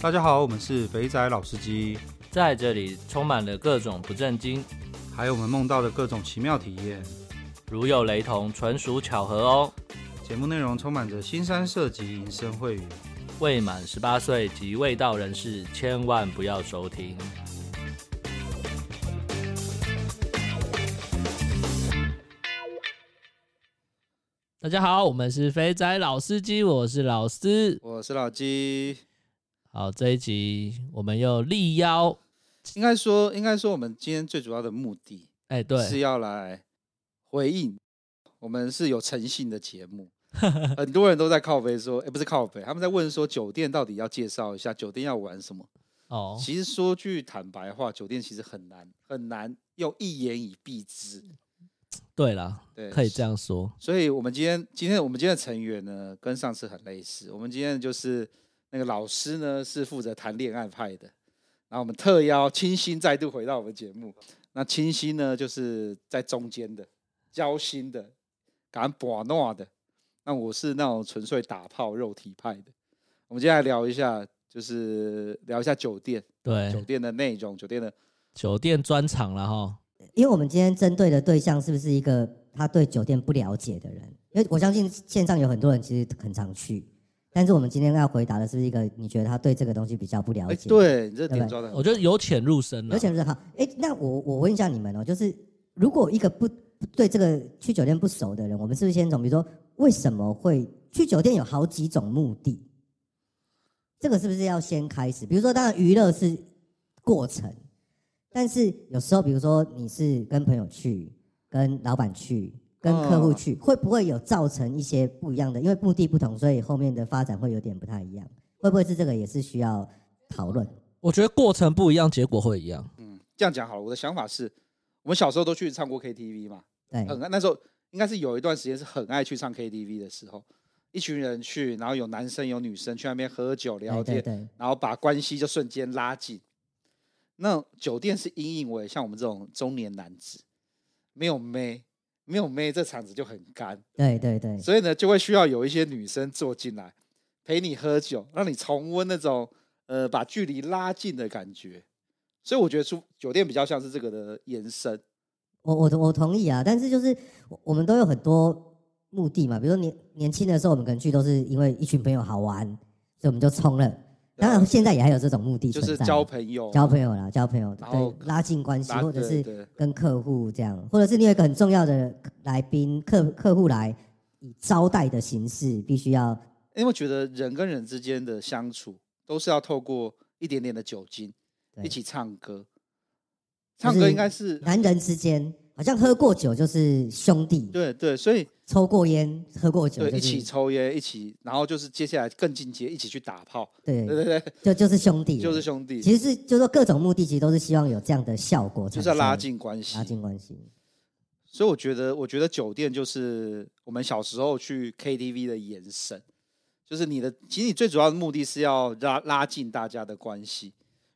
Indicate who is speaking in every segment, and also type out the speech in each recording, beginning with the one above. Speaker 1: 大家好，我们是肥仔老司机，
Speaker 2: 在这里充满了各种不正经，
Speaker 1: 还有我们梦到的各种奇妙体验。
Speaker 2: 如有雷同，纯属巧合哦。
Speaker 1: 节目内容充满着新三色及淫声秽语。
Speaker 2: 未满十八岁及未到人士，千万不要收听。
Speaker 3: 大家好，我们是肥仔老司机，我是老司。
Speaker 1: 我是老鸡，
Speaker 3: 好，这一集我们又力邀，
Speaker 1: 应该说，应该说，我们今天最主要的目的
Speaker 3: 哎、
Speaker 1: 是
Speaker 3: 对，
Speaker 1: 要来回应，我们是有诚信的节目。 很多人都在靠背说，哎、不是靠背，他们在问说酒店到底要介绍一下，酒店要玩什么？
Speaker 3: 哦，
Speaker 1: 其实说句坦白话，酒店其实很难很难用一言以蔽之。
Speaker 3: 对啦，
Speaker 1: 对，
Speaker 3: 可以这样说，
Speaker 1: 所以我们今天今天我们今天的成员呢，跟上次很类似。我们今天就是那个老师呢是负责谈恋爱派的，然后我们特邀清新再度回到我们节目。那清新呢就是在中间的，交心的，敢把诺的。那我是那种纯粹打炮肉体派的。我们今天来聊一下，就是聊一下酒店，酒
Speaker 4: 哎
Speaker 3: 对，
Speaker 1: 店的内容，酒店的
Speaker 3: 酒店专场了哈，
Speaker 4: 因为我们今天针对的对象是不是一个他对酒店不了解的人？因为我相信线上有很多人其实很常去，但是我们今天要回答的是不是一个你觉得他对这个东西比较不了
Speaker 1: 哎、
Speaker 4: 解？，
Speaker 1: 对你这点
Speaker 4: 对
Speaker 1: 抓的
Speaker 3: 我觉得由浅入深了
Speaker 4: 而，且是好，哎，那我我问一下你们哦，就是如果一个不不对这个去酒店不熟的人，我们是不是先从比如说为什么会去酒店有好几种目的？这个是不是要先开始？比如说，当然娱乐是过程，但是有时候，比如说你是跟朋友去、跟老板去、跟客
Speaker 3: 嗯
Speaker 4: 户去，会不会有造成一些不一样的？因为目的不同，所以后面的发展会有点不太一样。会不会是这个也是需要讨论？
Speaker 3: 我觉得过程不一样，结果会一样，
Speaker 1: 嗯这样讲好了。我的想法是，我们小时候都去唱过 KTV 嘛，
Speaker 4: 对，
Speaker 1: 很呃爱那时候应该是有一段时间是很爱去唱 KTV 的时候，一群人去，然后有男生有女生去那边喝酒聊
Speaker 4: 对
Speaker 1: 天，
Speaker 4: 对对。
Speaker 1: 然后把关系就瞬间拉近。那酒店是因应为像我们这种中年男子，没有妹，没有妹，这场子就很干，
Speaker 4: 对对对，
Speaker 1: 所以呢就会需要有一些女生坐进来陪你喝酒，让你重温那种呃把距离拉近的感觉。所以我觉得出酒店比较像是这个的延伸。
Speaker 4: 我我同我同意啊，但是就是我我们都有很多目的嘛，比如说年年轻的时候，我们可能去都是因为一群朋友好玩，所以我们就冲了。当然，现在也还有这种目的
Speaker 1: 啊就
Speaker 4: 存在
Speaker 1: 是
Speaker 4: 啊，
Speaker 1: 交朋友，
Speaker 4: 交朋友啦，交朋友，
Speaker 1: 然后
Speaker 4: 对，拉近关系，
Speaker 1: 拉
Speaker 4: 或者
Speaker 1: 对
Speaker 4: 是
Speaker 1: 对
Speaker 4: 跟客户这样，或者是另外一个很重要的来宾客客户来，以招待的形式必须要
Speaker 1: 因为我觉得人跟人之间的相处都是要透过一点点的酒精，
Speaker 4: 对
Speaker 1: 一起唱歌。
Speaker 4: 就
Speaker 1: 唱
Speaker 4: 是
Speaker 1: 歌应该是
Speaker 4: 男人之间好像喝过酒就是兄弟，
Speaker 1: 对对，所以
Speaker 4: 抽过烟喝过酒
Speaker 1: 对
Speaker 4: 就是
Speaker 1: 一起抽烟，一起，然后就是接下来更进阶，一起去打炮，对
Speaker 4: 对，
Speaker 1: 对对，
Speaker 4: 就就是兄弟，
Speaker 1: 就是兄弟，
Speaker 4: 其实是就是说各种目的其实都是希望有这样的效果，
Speaker 1: 就是要拉近关系
Speaker 4: 拉。近关系。
Speaker 1: 所以我觉得，我觉得酒店就是我们小时候去 KTV 的延伸，就是你的，其实你最主要的目的是要拉拉近大家的关系，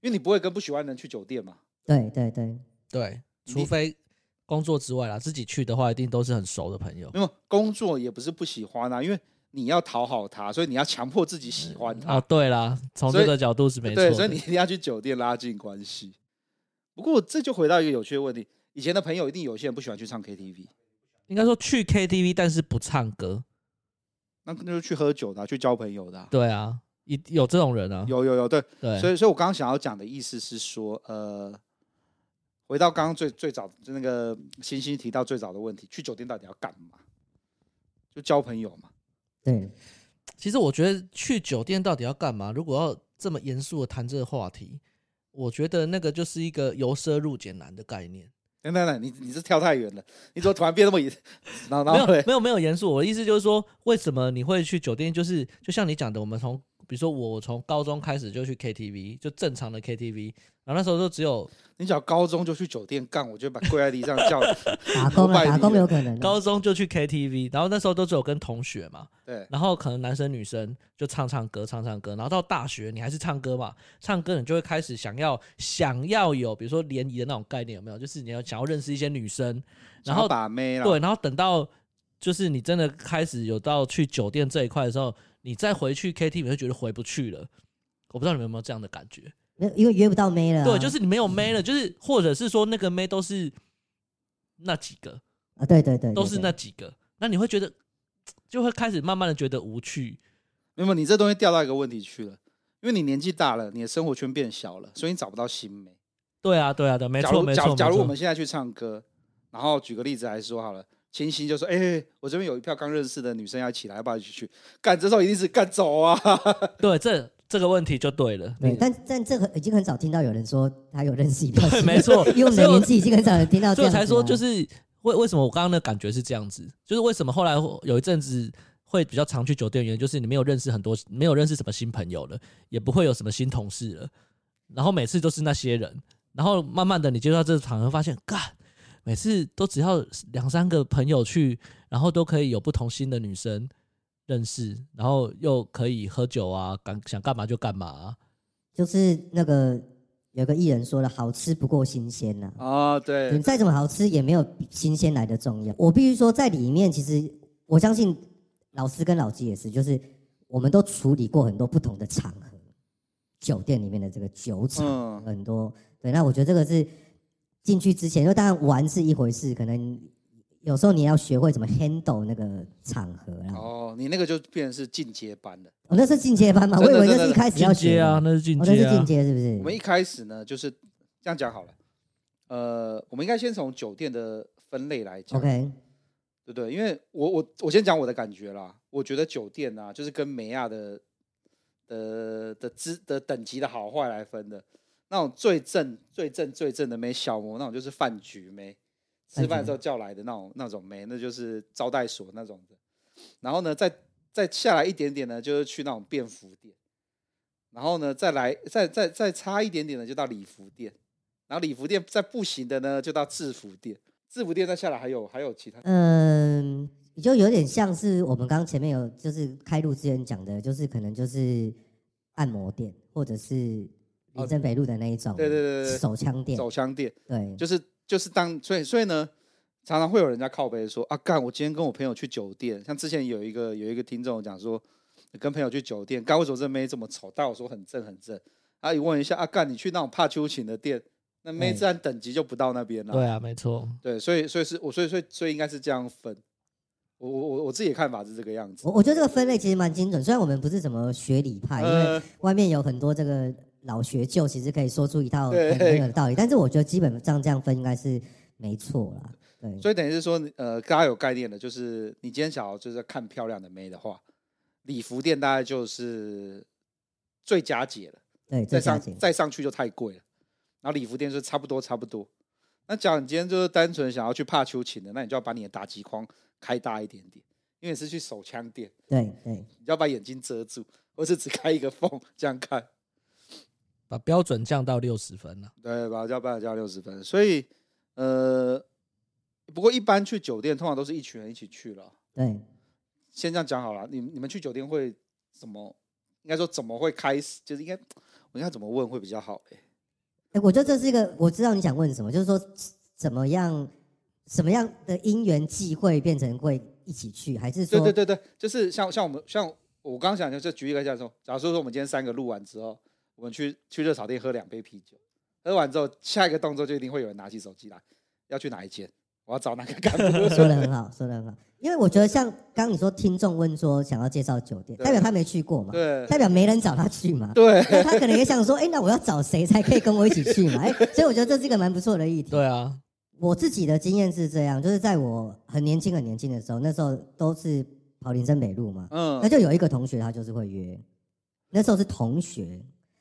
Speaker 1: 因为你不会跟不喜欢的人去酒店嘛。
Speaker 4: 对对对，
Speaker 3: 对，除
Speaker 1: 你
Speaker 3: 非工作之外啦，自己去的话一定都是很熟的朋友，
Speaker 1: 那么工作也不是不喜欢啊，因为你要讨好他，所以你要强迫自己喜欢他。
Speaker 3: 啊，对啦，从
Speaker 1: 所以
Speaker 3: 这个角度是没错
Speaker 1: 对，所以你一
Speaker 3: 的，
Speaker 1: 定要去酒店拉近关系。不过这就回到一个有趣的问题：以前的朋友一定有些人不喜欢去唱 KTV，
Speaker 3: 应该说去 KTV 但是不唱歌，
Speaker 1: 那那就去喝酒的啊、去交朋友的啊、
Speaker 3: 对啊，一有这种人啊，
Speaker 1: 有有有，对，
Speaker 3: 对，
Speaker 1: 所以所以我刚刚想要讲的意思是说，呃，回到刚刚最最早就那个星星提到最早的问题，去酒店到底要干嘛？就交朋友嘛。
Speaker 4: 对，
Speaker 3: 其实我觉得去酒店到底要干嘛？如果要这么严肃的谈这个话题，我觉得那个就是一个由奢入俭难的概念。
Speaker 1: 等等哎等，你你是跳太远了，你怎么突然变那么严？ 然后
Speaker 3: 没
Speaker 1: 然后嘞
Speaker 3: 有，没有没有严肃，我的意思就是说，为什么你会去酒店？就是就像你讲的，我们从比如说我从高中开始就去 KTV，就正常的 KTV，然后那时候就只有
Speaker 1: 你只要高中就去酒店干，我就把跪在地上叫 你。
Speaker 4: 打工
Speaker 1: 我拜
Speaker 4: 啊，
Speaker 1: 你
Speaker 4: 打工有可
Speaker 1: 嗯
Speaker 4: 能啊。
Speaker 3: 高中就去 KTV，然后那时候都只有跟同学嘛，
Speaker 1: 对，
Speaker 3: 然后可能男生女生就唱唱歌，唱唱歌，然后到大学你还是唱歌嘛，唱歌你就会开始想要想要有比如说联谊的那种概念，有没有？就是你要想要认识一些女生，然后
Speaker 1: 把妹啦，
Speaker 3: 对，然后等到就是你真的开始有到去酒店这一块的时候，你再回去 KTV 就觉得回不去了，我不知道你们有没有这样的感觉？
Speaker 4: 没有因为约不到妹了啊、
Speaker 3: 对，就是你没有妹了，就是或者是说那个妹都是那几个，
Speaker 4: 啊，对对对，
Speaker 3: 都
Speaker 4: 对
Speaker 3: 是
Speaker 4: 对
Speaker 3: 那几个，那你会觉得就会开始慢慢的觉得无趣。
Speaker 1: 那么你这东西掉到一个问题去了，因为你年纪大了，你的生活圈变小了，所以你找不到新美。
Speaker 3: 对啊，对啊，对，没
Speaker 1: 假
Speaker 3: 错，
Speaker 1: 如
Speaker 3: 没
Speaker 1: 假
Speaker 3: 错，
Speaker 1: 如假如
Speaker 3: 没错
Speaker 1: 我们现在去唱歌，然后举个例子来说好了，清新就说：“哎、我这边有一票刚认识的女生要一起来，要不要一起去？”干，这时候一定是干走啊！
Speaker 3: 对这这个问题就对了，
Speaker 4: 对，
Speaker 3: 你
Speaker 4: 但但这个已经很少听到有人说他有认识一票
Speaker 3: 对，
Speaker 4: 新
Speaker 3: 没错
Speaker 4: 因为我们
Speaker 3: 所以
Speaker 4: 的
Speaker 3: 我
Speaker 4: 年纪已经很少人听啊到这
Speaker 3: 所以我
Speaker 4: 样子了，
Speaker 3: 才说就是为为什么我刚刚的感觉是这样子，就是为什么后来有一阵子会比较常去酒店，原因就是你没有认识很多，没有认识什么新朋友了，也不会有什么新同事了，然后每次都是那些人，然后慢慢的你接触到这个场合，发现干。每次都只要两三个朋友去，然后都可以有不同新的女生认识，然后又可以喝酒啊，干想干嘛就干嘛、啊。
Speaker 4: 就是那个有个艺人说了，好吃不过新鲜啊呐、
Speaker 1: 哦，
Speaker 4: 你
Speaker 1: 对，
Speaker 4: 再怎么好吃也没有比新鲜来的重要。我必须说，在里面其实我相信老师跟老纪也是，就是我们都处理过很多不同的场合，酒店里面的这个酒场、
Speaker 1: 嗯
Speaker 4: 很多。对，那我觉得这个是进去之前，就当然玩是一回事，可能有时候你要学会怎么 handle 那个场合啦。哦，
Speaker 1: 哦，你那个就变成是进阶班了。
Speaker 4: 那是进阶班吗？
Speaker 1: 真
Speaker 4: 我以
Speaker 1: 的
Speaker 4: 为
Speaker 1: 真
Speaker 4: 那
Speaker 1: 的
Speaker 4: 是一开始要
Speaker 3: 进阶
Speaker 4: 学
Speaker 3: 啊，
Speaker 4: 的，
Speaker 3: 那是进
Speaker 4: 哦，那
Speaker 3: 阶
Speaker 4: 是
Speaker 3: 啊
Speaker 4: 进，阶是不是？
Speaker 1: 我们一开始呢，就是这样讲好了。呃，我们应该先从酒店的分类来讲
Speaker 4: OK，
Speaker 1: 对不对？因为我我我先讲我的感觉啦，我觉得酒店啊，就是跟美亚的的的资的等级的好坏来分的。那种最正、最正、最正的妹，小魔那种就是饭局妹，吃
Speaker 4: 饭
Speaker 1: 饭的
Speaker 4: 局
Speaker 1: 时候叫来的那种那种妹，那就是招待所那种的。然后呢，再再下来一点点呢，就是去那种便服店。然后呢，再来再再再差一点点呢，就到礼服店。然后礼服店再不行的呢，就到制服店。制服店再下来还有还有其他
Speaker 4: 嗯，就有点像是我们刚刚前面有就是开录之前讲的，就是可能就是按摩店或者是
Speaker 1: 哦
Speaker 4: 林森北路的那一种，
Speaker 1: 对对对对对
Speaker 4: 手枪店，
Speaker 1: 走枪店，
Speaker 4: 对，
Speaker 1: 就是就是当所以所以呢，常常会有人家靠背说啊，干，我今天跟我朋友去酒店，像之前有一个有一个听众讲说，跟朋友去酒店，干为什么这妹这么丑？但我说很正很正，啊，一问一下啊，干，你去那种怕秋情的店，那妹
Speaker 4: 嗯
Speaker 1: 自然等级就不到那边了、
Speaker 3: 对啊，没错。
Speaker 1: 对，所以所以是我所以所以所以应该是这样分，我我我我自己的看法是这个样子
Speaker 4: 我。我觉得这个分类其实蛮精准，虽然我们不是什么学理派，因为
Speaker 1: 呃，
Speaker 4: 外面有很多这个老学究，其实可以说出一套
Speaker 1: 对
Speaker 4: 很很有道理，但是我觉得基本上这样分应该是没错啦，对，
Speaker 1: 所以等于是说，呃，大家有概念的，就是你今天想要就是要看漂亮的妹的话，礼服店大概就是最佳解了。
Speaker 4: 对，
Speaker 1: 再
Speaker 4: 这加
Speaker 1: 上
Speaker 4: 减，
Speaker 1: 再上去就太贵了。然后礼服店是差不多差不多。那假如你今天就是单纯想要去怕秋情的，那你就要把你的打击框开大一点点，因为你是去手枪店，
Speaker 4: 对对，
Speaker 1: 你要把眼睛遮住，或是只开一个缝这样看，
Speaker 3: 把标准降到六十分了、啊
Speaker 1: 对吧？要不然加六十分。所以呃，不过一般去酒店通常都是一群人一起去了。
Speaker 4: 对，
Speaker 1: 先这样讲好了，你你们去酒店会怎么？应该说怎么会开始？就是应该我应该怎么问会比较好、欸？
Speaker 4: 哎、我觉得这是一个，我知道你想问什么，就是说怎么样，什么样的因缘际会变成会一起去，还是
Speaker 1: 对
Speaker 4: 说
Speaker 1: 对对对，就是像像我们像我刚刚想的，就举一个像说，假如说我们今天三个录完之后，我们去去热炒店喝两杯啤酒，喝完之后下一个动作就一定会有人拿起手机来，要去哪一间，我要找哪个干部。
Speaker 4: 说的很好，说的很好，因为我觉得像刚刚你说听众问说想要介绍酒店，
Speaker 1: 对
Speaker 4: 代表他没去过嘛，
Speaker 1: 对
Speaker 4: 代表没人找他去嘛，
Speaker 1: 对，
Speaker 4: 那他可能也想说，哎、那我要找谁才可以跟我一起去嘛？哎、所以我觉得这是一个蛮不错的议题。
Speaker 3: 对啊，
Speaker 4: 我自己的经验是这样，就是在我很年轻很年轻的时候，那时候都是跑林森北路嘛，那
Speaker 1: 嗯，
Speaker 4: 就有一个同学，他就是会约，那时候是同学，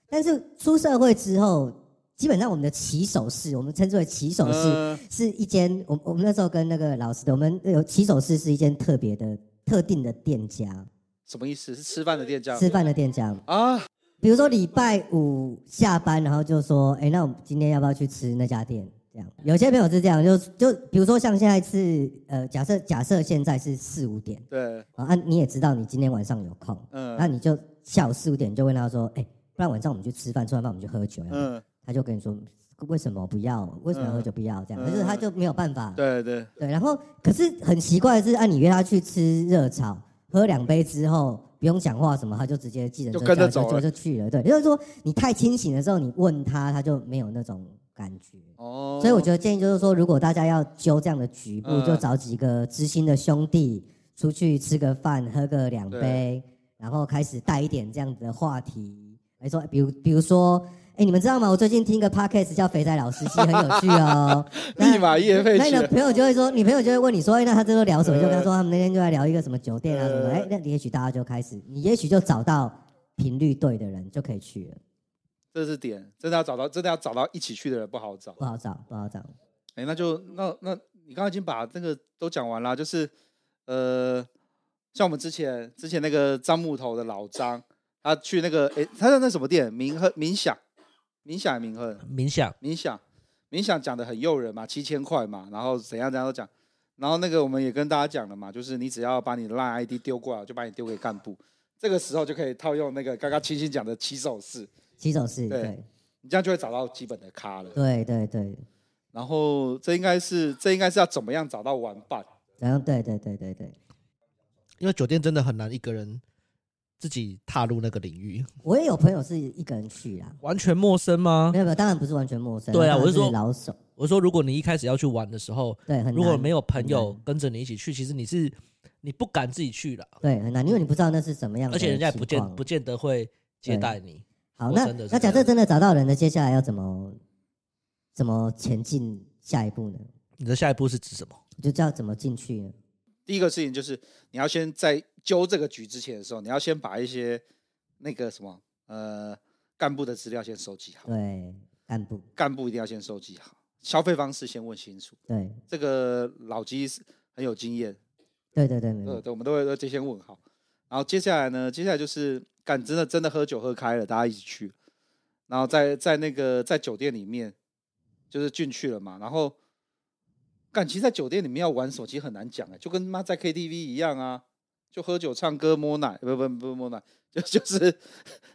Speaker 4: 但是出社会之后，基本上我们的起手式，我们称之为起手式，
Speaker 1: 嗯
Speaker 4: 是一间我我们那时候跟那个老师的，我们有起手式是一间特别的特定的店家，
Speaker 1: 什么意思？是吃饭的店家
Speaker 4: 吃饭的店家，
Speaker 1: 啊？
Speaker 4: 比如说礼拜五下班，然后就说，哎，那我们今天要不要去吃那家店？这样，有些朋友是这样，就就比如说像现在是呃，假设假设现在是四五点
Speaker 1: 对，
Speaker 4: 啊，啊你也知道你今天晚上有空，那
Speaker 1: 嗯
Speaker 4: 你就下午四五点你就问他说，哎、不然晚上我们去吃饭，吃完饭我们去喝酒。嗯，
Speaker 1: 嗯，
Speaker 4: 他就跟你说为什么不要，为什么要喝酒不要这样，
Speaker 1: 嗯
Speaker 4: 可是他就没有办法。
Speaker 1: 对对，
Speaker 4: 啊对，然后可是很奇怪的是，按、你约他去吃热炒，喝两杯之后，不用讲话什么，他就直接记人
Speaker 1: 就
Speaker 4: 车
Speaker 1: 跟着
Speaker 4: 驾
Speaker 1: 走
Speaker 4: 就
Speaker 1: 了
Speaker 4: 就去了。对，就是说你太清醒的时候，你问他，他就没有那种感觉。
Speaker 1: 哦，
Speaker 4: 所以我觉得建议就是说，如果大家要揪这样的局部，
Speaker 1: 嗯
Speaker 4: 就找几个知心的兄弟出去吃个饭，喝个两杯，然后开始带一点这样子的话题。来说，比如比如说，哎，你们知道吗？我最近听一个 podcast 叫《肥仔老司机》，很有趣 哦。那
Speaker 1: 立马夜配
Speaker 4: 那
Speaker 1: 去
Speaker 4: 你的
Speaker 1: 了，
Speaker 4: 朋友就会说，你朋友就会问你说，哎，那他这都聊什么？
Speaker 1: 呃
Speaker 4: 就跟他说，他们那天就在聊一个什么酒店啊什么的。
Speaker 1: 呃
Speaker 4: 哎，那也许大家就开始，你也许就找到频率对的人就可以去了。
Speaker 1: 这是点，真的要找到，真的要找到一起去的人不好找。
Speaker 4: 不好找，不好找。
Speaker 1: 哎，那就那那你刚刚已经把这个都讲完了，就是呃，像我们之前之前那个张木头的老张，他去那个哎，他在那什么店？明亨冥想，冥想还是明亨，
Speaker 3: 冥想，
Speaker 1: 冥想，冥想讲的很诱人嘛，七千块嘛，然后怎样怎样都讲。然后那个我们也跟大家讲了嘛，就是你只要把你的烂 ID 丢过来，我就把你丢给干部。这个时候就可以套用那个刚刚青青讲的起手式，
Speaker 4: 洗手是
Speaker 1: 对
Speaker 4: 对，
Speaker 1: 你这样就会找到基本的咖了。
Speaker 4: 对对对。
Speaker 1: 然后这应该是这应该是要怎么样找到玩伴？
Speaker 4: 然后对对对对对，
Speaker 5: 因为酒店真的很难一个人自己踏入那个领域，
Speaker 4: 我也有朋友是一个人去啦，
Speaker 3: 完全陌生吗
Speaker 4: 没？有没有，当然不是完全陌生，
Speaker 3: 啊对啊
Speaker 4: 当然
Speaker 3: 我是说
Speaker 4: 老手，
Speaker 3: 我说，如果你一开始要去玩的时候，
Speaker 4: 对，很难
Speaker 3: 如果没有朋友
Speaker 4: 很难
Speaker 3: 跟着你一起去，其实你是你不敢自己去了，
Speaker 4: 对很难，因为你不知道那是什么样的
Speaker 3: 而
Speaker 4: 情
Speaker 3: 且人
Speaker 4: 况，
Speaker 3: 家也不见不见得会接待你。
Speaker 4: 好，
Speaker 3: 说
Speaker 4: 那
Speaker 3: 真的是
Speaker 4: 那假
Speaker 3: 这
Speaker 4: 设
Speaker 3: 样
Speaker 4: 真的找到人了，接下来要怎么怎么前进下一步呢？
Speaker 3: 你的下一步是指什么？
Speaker 4: 就知道怎么进去呢？
Speaker 1: 第一个事情就是你要先在揪这个局之前的时候，你要先把一些那个什么呃干部的资料先收集好，
Speaker 4: 对，干部，
Speaker 1: 干部一定要先收集好，消费方式先问清楚。
Speaker 4: 对
Speaker 1: 这个老鸡是很有经验，
Speaker 4: 对对
Speaker 3: 嗯
Speaker 4: 对，没
Speaker 1: 对
Speaker 4: 有，
Speaker 1: 对，我们都会都会先问好。然后接下来呢，接下来就是干真的真的喝酒喝开了，大家一起去，然后在在那个在酒店里面就是进去了嘛，然后干其实，在酒店里面要玩手机很难讲哎、就跟妈在 KTV 一样啊，就喝酒唱歌摸奶，不不不是摸奶，就 就是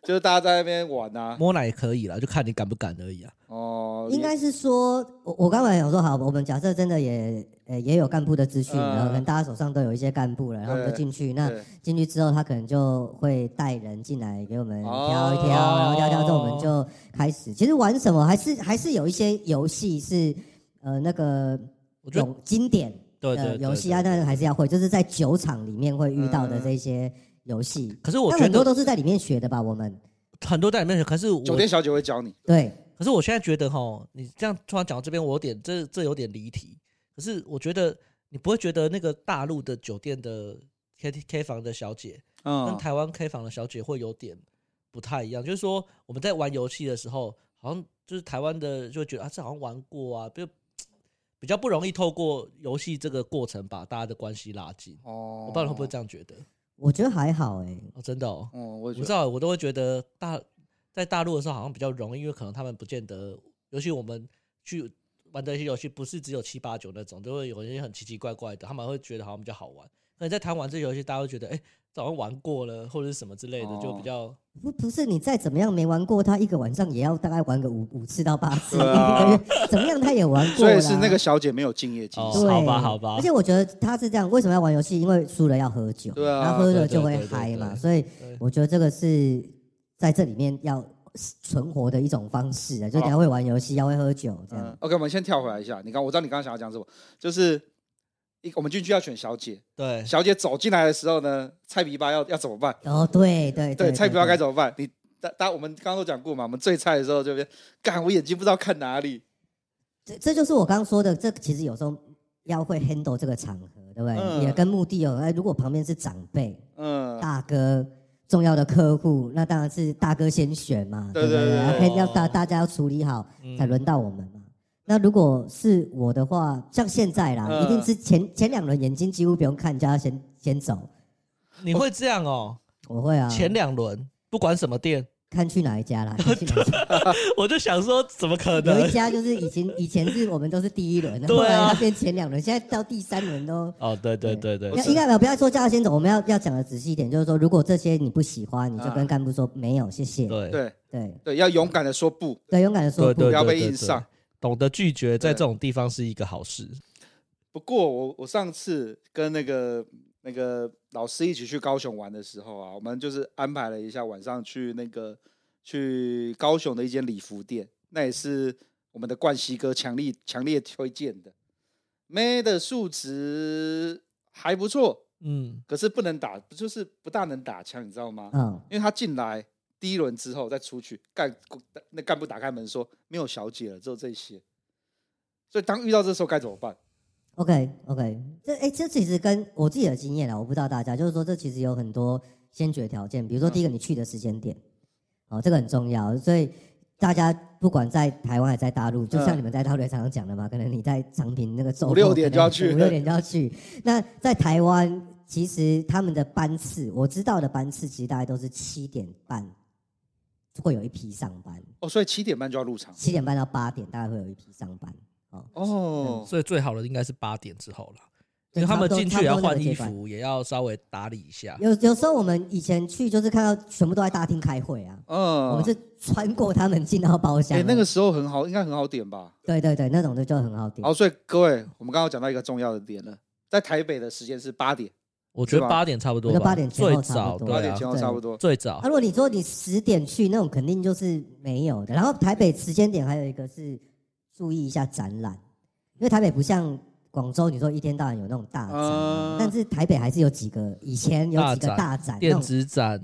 Speaker 1: 就是大家在那边玩啊，
Speaker 3: 摸奶也可以啦，就看你敢不敢而已啊。
Speaker 1: 哦，
Speaker 4: 应
Speaker 1: 也
Speaker 4: 该是说，我我刚才有说好，我们假设真的也呃也有干部的资讯，然后可能
Speaker 1: 嗯
Speaker 4: 大家手上都有一些干部了，然后我们就
Speaker 1: 对
Speaker 4: 进去那。
Speaker 1: 对
Speaker 3: 啊
Speaker 4: 进去之后，他可能就会带人进来给我们
Speaker 1: 哦
Speaker 4: 挑一挑，然后挑一挑之后我们就开始。其实玩什么还是还是有一些游戏是呃那个
Speaker 3: 我觉得
Speaker 4: 有经典
Speaker 3: 对对
Speaker 4: 的
Speaker 3: 对
Speaker 4: 游戏啊，
Speaker 3: 对对嗯
Speaker 4: 但是还是要会，就是在酒场里面会遇到的这些游戏。
Speaker 3: 可是我
Speaker 4: 但
Speaker 3: 觉
Speaker 4: 很多
Speaker 3: 得
Speaker 4: 都是在里面学的吧？我们
Speaker 3: 很多在里面，可是我
Speaker 1: 酒店小姐会教你，
Speaker 4: 对
Speaker 3: 可是我现在觉得哈，你这样突然讲到这边，我有点这这有点离题。可是我觉得你不会觉得那个大陆的酒店的 K T K 房的小姐跟
Speaker 1: 嗯，
Speaker 3: 台湾 K 房的小姐会有点不太一样，就是说我们在玩游戏的时候，好像就是台湾的就会觉得啊，这好像玩过啊，就比较不容易透过游戏这个过程把大家的关系拉近。
Speaker 1: 哦，
Speaker 3: 我不知道你会不会这样觉得
Speaker 4: 我觉得还好哎、
Speaker 3: 哦，真的哦，
Speaker 1: 嗯，我
Speaker 3: 我
Speaker 1: 也觉
Speaker 3: 不知
Speaker 1: 得，
Speaker 3: 道欸，我都会觉得大在大陆的时候好像比较容易，因为可能他们不见得，尤其我们去玩的一些游戏，不是只有七八九那种，都会有一些很奇奇怪怪的，他们会觉得好像比较好玩。可能在台湾玩这些游戏，大家会觉得哎、早上玩过了或者是什么之类的，就比较
Speaker 1: 哦
Speaker 4: 不不是你再怎么样没玩过，他一个晚上也要大概玩个五五次到八次，
Speaker 1: 对啊
Speaker 4: 怎么样他也玩过
Speaker 1: 所
Speaker 4: 啦。
Speaker 1: 以是那个小姐没有敬业精
Speaker 3: 哦
Speaker 1: 神，
Speaker 4: 对，
Speaker 3: 好吧好吧
Speaker 4: 而且我觉得他是这样，为什么要玩游戏？因为输了要喝酒，
Speaker 1: 对啊
Speaker 4: 然后喝了
Speaker 3: 对对
Speaker 4: 就会
Speaker 3: 对对
Speaker 4: 嗨嘛。
Speaker 3: 对
Speaker 4: 所以
Speaker 3: 对
Speaker 4: 我觉得这个是在这里面要存活的一种方式啊，就你要会玩游戏，要会喝酒这
Speaker 1: 嗯
Speaker 4: 样。
Speaker 1: ，OK，我们先跳回来一下。你刚我知道你刚刚想要讲什么，就是一我们进去要选小姐，
Speaker 3: 对。
Speaker 1: 小姐走进来的时候呢，菜皮巴要要怎么办？
Speaker 4: 哦，对对
Speaker 1: 嗯对，菜皮巴该
Speaker 4: 走。
Speaker 1: 怎么办？你大大我们刚刚都讲过嘛，我们最菜的时候就是干，我眼睛不知道看哪里。
Speaker 4: 这这就是我刚刚说的，这其实有时候要会 handle 这个场合，对不对？
Speaker 1: 嗯
Speaker 4: 也跟目的有。哎，如果旁边是长辈、
Speaker 1: 嗯，
Speaker 4: 大哥。重要的客户，那当然是大哥先选嘛，
Speaker 1: 对
Speaker 4: 不
Speaker 1: 对对
Speaker 4: 要
Speaker 1: 对哦
Speaker 4: hand- 要大大家要处理好，
Speaker 3: 嗯
Speaker 4: 才轮到我们嘛。那如果是我的话，像现在啦，
Speaker 3: 呃
Speaker 1: 嗯
Speaker 4: 一定是前前两轮眼睛几乎不用看，叫他先先走。
Speaker 3: 你会这样哦、
Speaker 4: 我会
Speaker 1: 嗯
Speaker 4: 啊，
Speaker 3: 前两轮不管什么店，
Speaker 4: 看去哪一家啦，看去哪一家
Speaker 3: 我就想说怎么可
Speaker 4: 有
Speaker 3: 能
Speaker 4: 一？家就是以前以前是我们都是第一轮，后
Speaker 3: 啊对啊
Speaker 4: 来他变前两轮，现在到第三轮都。
Speaker 3: 哦，对对对对，
Speaker 4: 要应该不要说叫他先走，我们要要讲的仔细一点，就是说，如果这些你不喜欢，你就跟
Speaker 1: 啊
Speaker 4: 干部说没有，谢谢。
Speaker 3: 对
Speaker 1: 对
Speaker 4: 对
Speaker 1: 对，要勇敢的说不，
Speaker 4: 对，勇敢的说
Speaker 3: 对
Speaker 4: 不
Speaker 3: 对，
Speaker 1: 不要
Speaker 3: 对
Speaker 1: 被
Speaker 3: 对
Speaker 1: 硬
Speaker 3: 对
Speaker 1: 上。
Speaker 3: 懂得拒绝，在
Speaker 1: 对
Speaker 3: 这种地方是一个好事。
Speaker 1: 不过我我上次跟那个那个老师一起去高雄玩的时候啊，我们就是安排了一下晚上去那个去高雄的一间礼服店，那也是我们的冠希哥强力强烈推荐的。妹的数值还不错，
Speaker 3: 嗯，
Speaker 1: 可是不能打，不就是不大能打枪，你知道吗？
Speaker 4: 嗯，
Speaker 1: 因为他进来第一轮之后再出去，干那干部打开门说没有小姐了，只有这些。所以当遇到这时候该怎么办？
Speaker 4: OK OK，这哎、这其实跟我自己的经验啦，我不知道大家，就是说这其实有很多先决条件，
Speaker 3: 嗯
Speaker 4: 比如说第一个你去的时间点，哦，这个很重要，所以大家不管在台湾还在大陆，就像
Speaker 1: 嗯
Speaker 4: 你们在大陆也常常讲的嘛，可能你在长平那个周末
Speaker 1: 五六点就要去
Speaker 4: 可能五六点就要去。那在台湾，其实他们的班次，我知道的班次其实大概都是七点半会有一批上班，
Speaker 1: 哦，所以七点半就要入场
Speaker 4: 七点半到八点大概会有一批上班。哦，
Speaker 1: 哦。
Speaker 5: 所以最好的应该是八点之后了，
Speaker 3: 因
Speaker 4: 对
Speaker 3: 为他们
Speaker 4: 差不多
Speaker 3: 进
Speaker 4: 差
Speaker 3: 去
Speaker 4: 不
Speaker 3: 也
Speaker 4: 多
Speaker 3: 要
Speaker 4: 那个
Speaker 3: 换
Speaker 4: 阶
Speaker 3: 衣
Speaker 4: 段
Speaker 3: 服，也要稍微打理一下。
Speaker 4: 有有时候我们以前去就是看到全部都在大厅开会啊，
Speaker 1: 嗯，
Speaker 4: 我们是穿过他们进到包厢
Speaker 1: 哎、
Speaker 4: 啊、
Speaker 1: 那个时候很好，应该很好点吧？
Speaker 4: 对对对，那种的就很好点
Speaker 1: 好，。所以各位，我们刚刚讲到一个重要的点了，在台北的时间是八点，
Speaker 3: 我觉
Speaker 1: 是
Speaker 3: 得
Speaker 1: 吧
Speaker 3: 八点差不多
Speaker 4: 我觉
Speaker 3: 吧，
Speaker 4: 得八点前
Speaker 3: 最
Speaker 4: 后差
Speaker 3: 早
Speaker 4: 不多
Speaker 1: 八
Speaker 3: 对
Speaker 1: 点
Speaker 3: 啊
Speaker 1: 前，后
Speaker 4: 对
Speaker 1: 差不多。
Speaker 3: 最
Speaker 4: 啊，
Speaker 3: 早
Speaker 4: 如果你说你十点去那种，肯定就是没有的。然后台北时间点还有一个是注意一下展览，因为台北不像广州，你说一天到晚有那种大展啊，
Speaker 1: 嗯
Speaker 4: 但是台北还是有几个以前有几个
Speaker 3: 大
Speaker 4: 大展，那
Speaker 3: 电
Speaker 4: 种
Speaker 3: 子展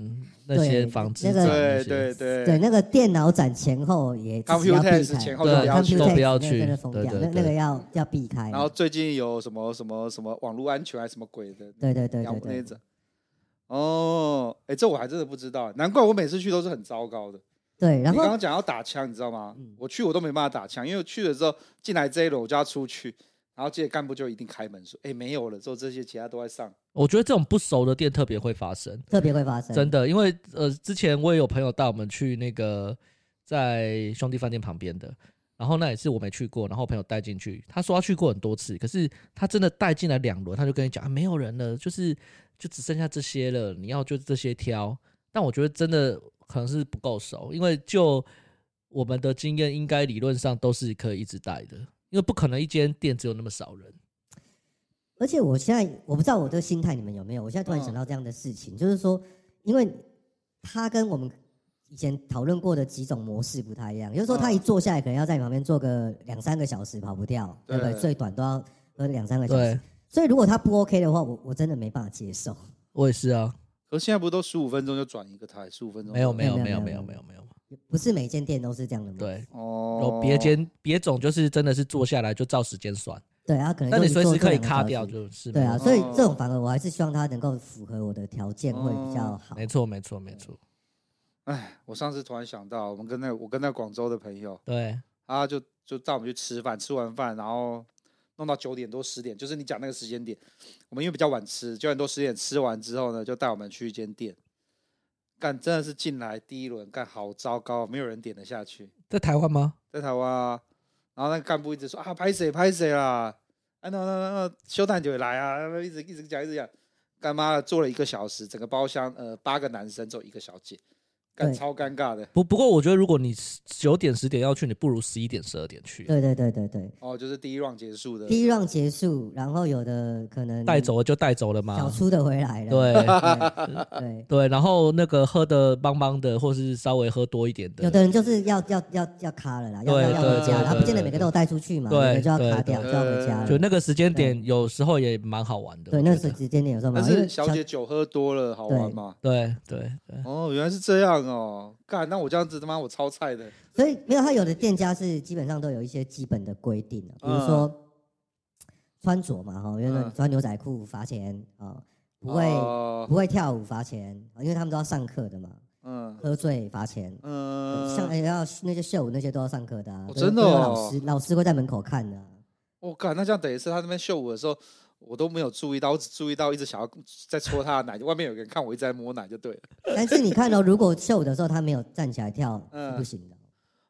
Speaker 3: 那些
Speaker 4: 对
Speaker 3: 纺织
Speaker 4: 那
Speaker 3: 展
Speaker 4: 个
Speaker 3: 那
Speaker 1: 对
Speaker 3: 些，
Speaker 1: 对对
Speaker 4: 对那个电脑展前后也自己要避
Speaker 1: Computex
Speaker 4: 开
Speaker 1: 前后
Speaker 3: 对
Speaker 1: 就不
Speaker 4: 对
Speaker 1: 要去
Speaker 4: Computex
Speaker 3: 都不要
Speaker 4: 那个真的
Speaker 3: 去，
Speaker 4: 疯
Speaker 3: 对
Speaker 4: 掉，
Speaker 3: 对
Speaker 4: 那那个
Speaker 3: 对，
Speaker 4: 要要避开。
Speaker 1: 然后最近有什么什么什么网络安全还是什么鬼的，
Speaker 4: 对对对
Speaker 1: 养
Speaker 4: 对
Speaker 1: 那一
Speaker 4: 对
Speaker 1: 种。哦，哎、这我还真的不知道，难怪我每次去都是很糟糕的。
Speaker 4: 对，然
Speaker 1: 你刚
Speaker 4: 后
Speaker 1: 刚讲要打枪，你知道吗
Speaker 4: 嗯？
Speaker 1: 我去我都没办法打枪，因为我去了之后进来这一轮我就要出去，然后这些干部就一定开门说：“哎、没有了。”之后这些其他都在上。
Speaker 3: 我觉得这种不熟的店特别会发生，
Speaker 4: 特别会发生，
Speaker 3: 真的，因为呃，之前我也有朋友带我们去那个在兄弟饭店旁边的，然后那也是我没去过，然后朋友带进去，他说他去过很多次，可是他真的带进来两轮，他就跟你讲啊，没有人了，就是就只剩下这些了，你要就这些挑。但我觉得真的可能是不够熟，因为就我们的经验，应该理论上都是可以一直带的，因为不可能一间店只有那么少人。
Speaker 4: 而且我现在我不知道我的心态你们有没有，我现在突然
Speaker 3: 嗯
Speaker 4: 想到这样的事情，就是说，因为他跟我们以前讨论过的几种模式不太一样，有时候他
Speaker 1: 嗯
Speaker 4: 一坐下来可能要在你旁边坐个两三个小时跑不掉，对不对？
Speaker 1: 对
Speaker 4: 最短都要呃两三个小
Speaker 3: 对
Speaker 4: 时，所以如果他不 OK 的话，我我真的没办法接受。
Speaker 3: 我也是啊，
Speaker 1: 可是现在不都十五分钟就转一个台，十五分钟
Speaker 3: 没有没有
Speaker 4: 没
Speaker 3: 没
Speaker 4: 有
Speaker 3: 有
Speaker 4: 没
Speaker 3: 没
Speaker 4: 有
Speaker 3: 有没有没有，
Speaker 4: 不是每间店都是这样的吗？
Speaker 3: 对。
Speaker 1: 哦
Speaker 3: 有，别间别种就是真的是坐下来就照时间算，
Speaker 4: 对啊，可能
Speaker 3: 但你
Speaker 4: 就是
Speaker 3: 随
Speaker 4: 坐
Speaker 3: 时可以
Speaker 4: 这两个
Speaker 3: 卡掉，
Speaker 4: 小时
Speaker 3: 就是
Speaker 4: 对
Speaker 3: 没
Speaker 4: 啊，
Speaker 3: 嗯
Speaker 4: 所以
Speaker 1: 哦
Speaker 4: 这种反而我还是希望他能够符合我的条件会比较好。
Speaker 3: 没错没错没错，
Speaker 1: 哎，我上次突然想到，我们跟那我跟那广州的朋友，
Speaker 3: 对
Speaker 1: 他就就带我们去吃饭，吃完饭然后弄到九点多十点，就是你讲那个时间点，我们因为比较晚吃，九点多十点吃完之后呢，就带我们去一间店。干真的是进来第一轮干好糟糕，没有人点得下去，
Speaker 3: 在台湾吗？
Speaker 1: 在台湾啊。然后那个干部一直说啊，拍谁拍谁啦，啊那那那修蛋就会来啊，一直一直讲一直讲，干妈的做了一个小时，整个包厢呃八个男生只有一个小姐，干
Speaker 4: 对
Speaker 1: 超尴尬的。
Speaker 3: 不不过我觉得如果你九点十点要去，你不如十一点十二点去，
Speaker 4: 对对对对对，
Speaker 1: 哦，就是第一 round 结束的，
Speaker 4: 第一让结束，然后有的可能
Speaker 3: 带走了就带走了
Speaker 4: 小
Speaker 3: 嘛，
Speaker 4: 出的回来了。
Speaker 3: 对
Speaker 4: 对对，
Speaker 3: 对，然后那个喝的帮帮的，或是稍微喝多一点的，
Speaker 4: 有的人就是要要要要卡了啦，要
Speaker 3: 对
Speaker 4: 要要回
Speaker 1: 对
Speaker 4: 家
Speaker 1: 对
Speaker 4: 啦，
Speaker 1: 对
Speaker 4: 他不见得
Speaker 3: 对
Speaker 4: 每个都有带出去嘛，有
Speaker 3: 对
Speaker 4: 的就要卡
Speaker 3: 对
Speaker 4: 掉，就
Speaker 1: 对
Speaker 4: 要回家
Speaker 3: 就
Speaker 4: 了。
Speaker 3: 那个时间点，有时候也蛮好玩的。
Speaker 4: 对，
Speaker 3: 我
Speaker 4: 那
Speaker 3: 觉
Speaker 4: 时
Speaker 3: 得
Speaker 4: 时间点有时候嘛，
Speaker 1: 但
Speaker 4: 因为
Speaker 1: 是小姐酒喝多了好玩
Speaker 4: 对
Speaker 1: 吗？
Speaker 3: 对对对，
Speaker 1: 哦，原来是这样哦，干，那我这样子他妈我超菜的，
Speaker 4: 所以没有，他有的店家是基本上都有一些基本的规定啊，比如说、穿着嘛，哈，比如说你
Speaker 1: 嗯
Speaker 4: 穿牛仔裤罚钱啊、不会、
Speaker 1: 哦
Speaker 4: 不会跳舞罚钱，因为他们都要上课的嘛，
Speaker 1: 嗯
Speaker 4: 喝醉罚钱，
Speaker 1: 嗯，
Speaker 4: 像哎要那些秀舞那些都要上课的、啊，
Speaker 1: 哦
Speaker 4: 都有
Speaker 1: 真的
Speaker 4: 都有
Speaker 1: 哦
Speaker 4: 老师老师会在门口看的啊、
Speaker 1: 我哦干、那这样等于是他那边秀舞的时候，我都没有注意到，我只注意到一直想要在戳他的奶，就外面有个人看我一直在摸奶就对了。
Speaker 4: 但是你看哦，如果秀舞的时候他没有站起来跳是不
Speaker 1: 嗯
Speaker 4: 行的，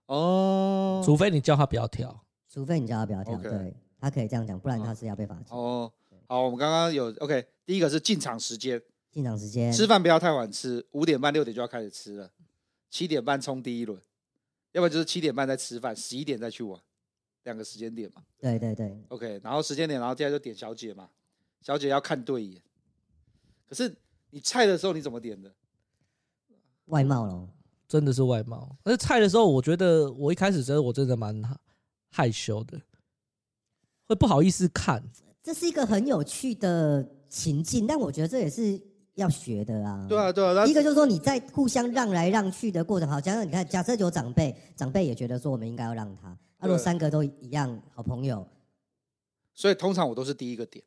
Speaker 1: 哦，
Speaker 3: 除非你叫他不要跳，
Speaker 4: 除非你叫他不要跳
Speaker 1: OK
Speaker 4: 对他可以这样讲，不然他是要被罚钱。
Speaker 1: 哦，好，我们刚刚有 OK，第一个是进场时间，
Speaker 4: 进场时间
Speaker 1: 吃饭不要太晚吃，五点半六点就要开始吃了，七点半冲第一轮，要不然就是七点半再吃饭，十一点再去玩，两个时间点嘛。
Speaker 4: 对对对，
Speaker 1: OK，然后时间点，然后接下来就点小姐嘛，小姐要看对眼，可是你菜的时候你怎么点的？
Speaker 4: 外貌咯，
Speaker 3: 真的是外貌。而且菜的时候，我觉得我一开始真的我真的蛮害羞的，会不好意思看。
Speaker 4: 这是一个很有趣的情境，但我觉得这也是要学的啊。
Speaker 1: 对啊，对啊，
Speaker 4: 第一
Speaker 1: 那
Speaker 4: 个就是说你在互相让来让去的过程，好，假设你看，假设有长辈，长辈也觉得说我们应该要让他，啊，如果
Speaker 1: 对
Speaker 4: 三个都一样，好朋友，
Speaker 1: 所以通常我都是第一个点，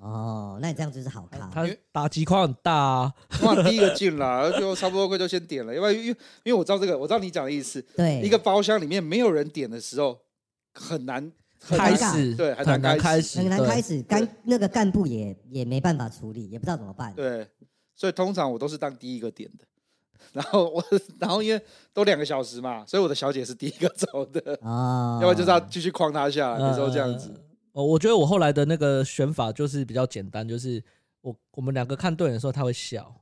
Speaker 4: 哦，那你这样就是好咖，
Speaker 3: 他打击框很大、啊，
Speaker 1: 通常第一个进 啦，就差不多快就先点了，因为因为因为我知道这个，我知道你讲的意思，
Speaker 4: 对，
Speaker 3: 哎
Speaker 1: 一个包厢里面没有人点的时候很难很
Speaker 4: 尴
Speaker 3: 开
Speaker 1: 难
Speaker 4: 尬
Speaker 3: 始
Speaker 1: 对很
Speaker 3: 很
Speaker 1: 难
Speaker 3: 难
Speaker 1: 开
Speaker 3: 开
Speaker 1: 始
Speaker 3: 始，
Speaker 4: 很难
Speaker 3: 对
Speaker 4: 开始，干那个干部也也没办法处理，也不知道怎么办，
Speaker 1: 对，所以通常我都是当第一个点的。然后我， 然后因为都两个小时嘛，所以我的小姐是第一个走 的，
Speaker 4: 哦，
Speaker 1: 要不然就是要继续框她下来，有时啊候这样子
Speaker 3: 呃。哦，我觉得我后来的那个选法就是比较简单，就是我我们两个看对眼的时候他会笑，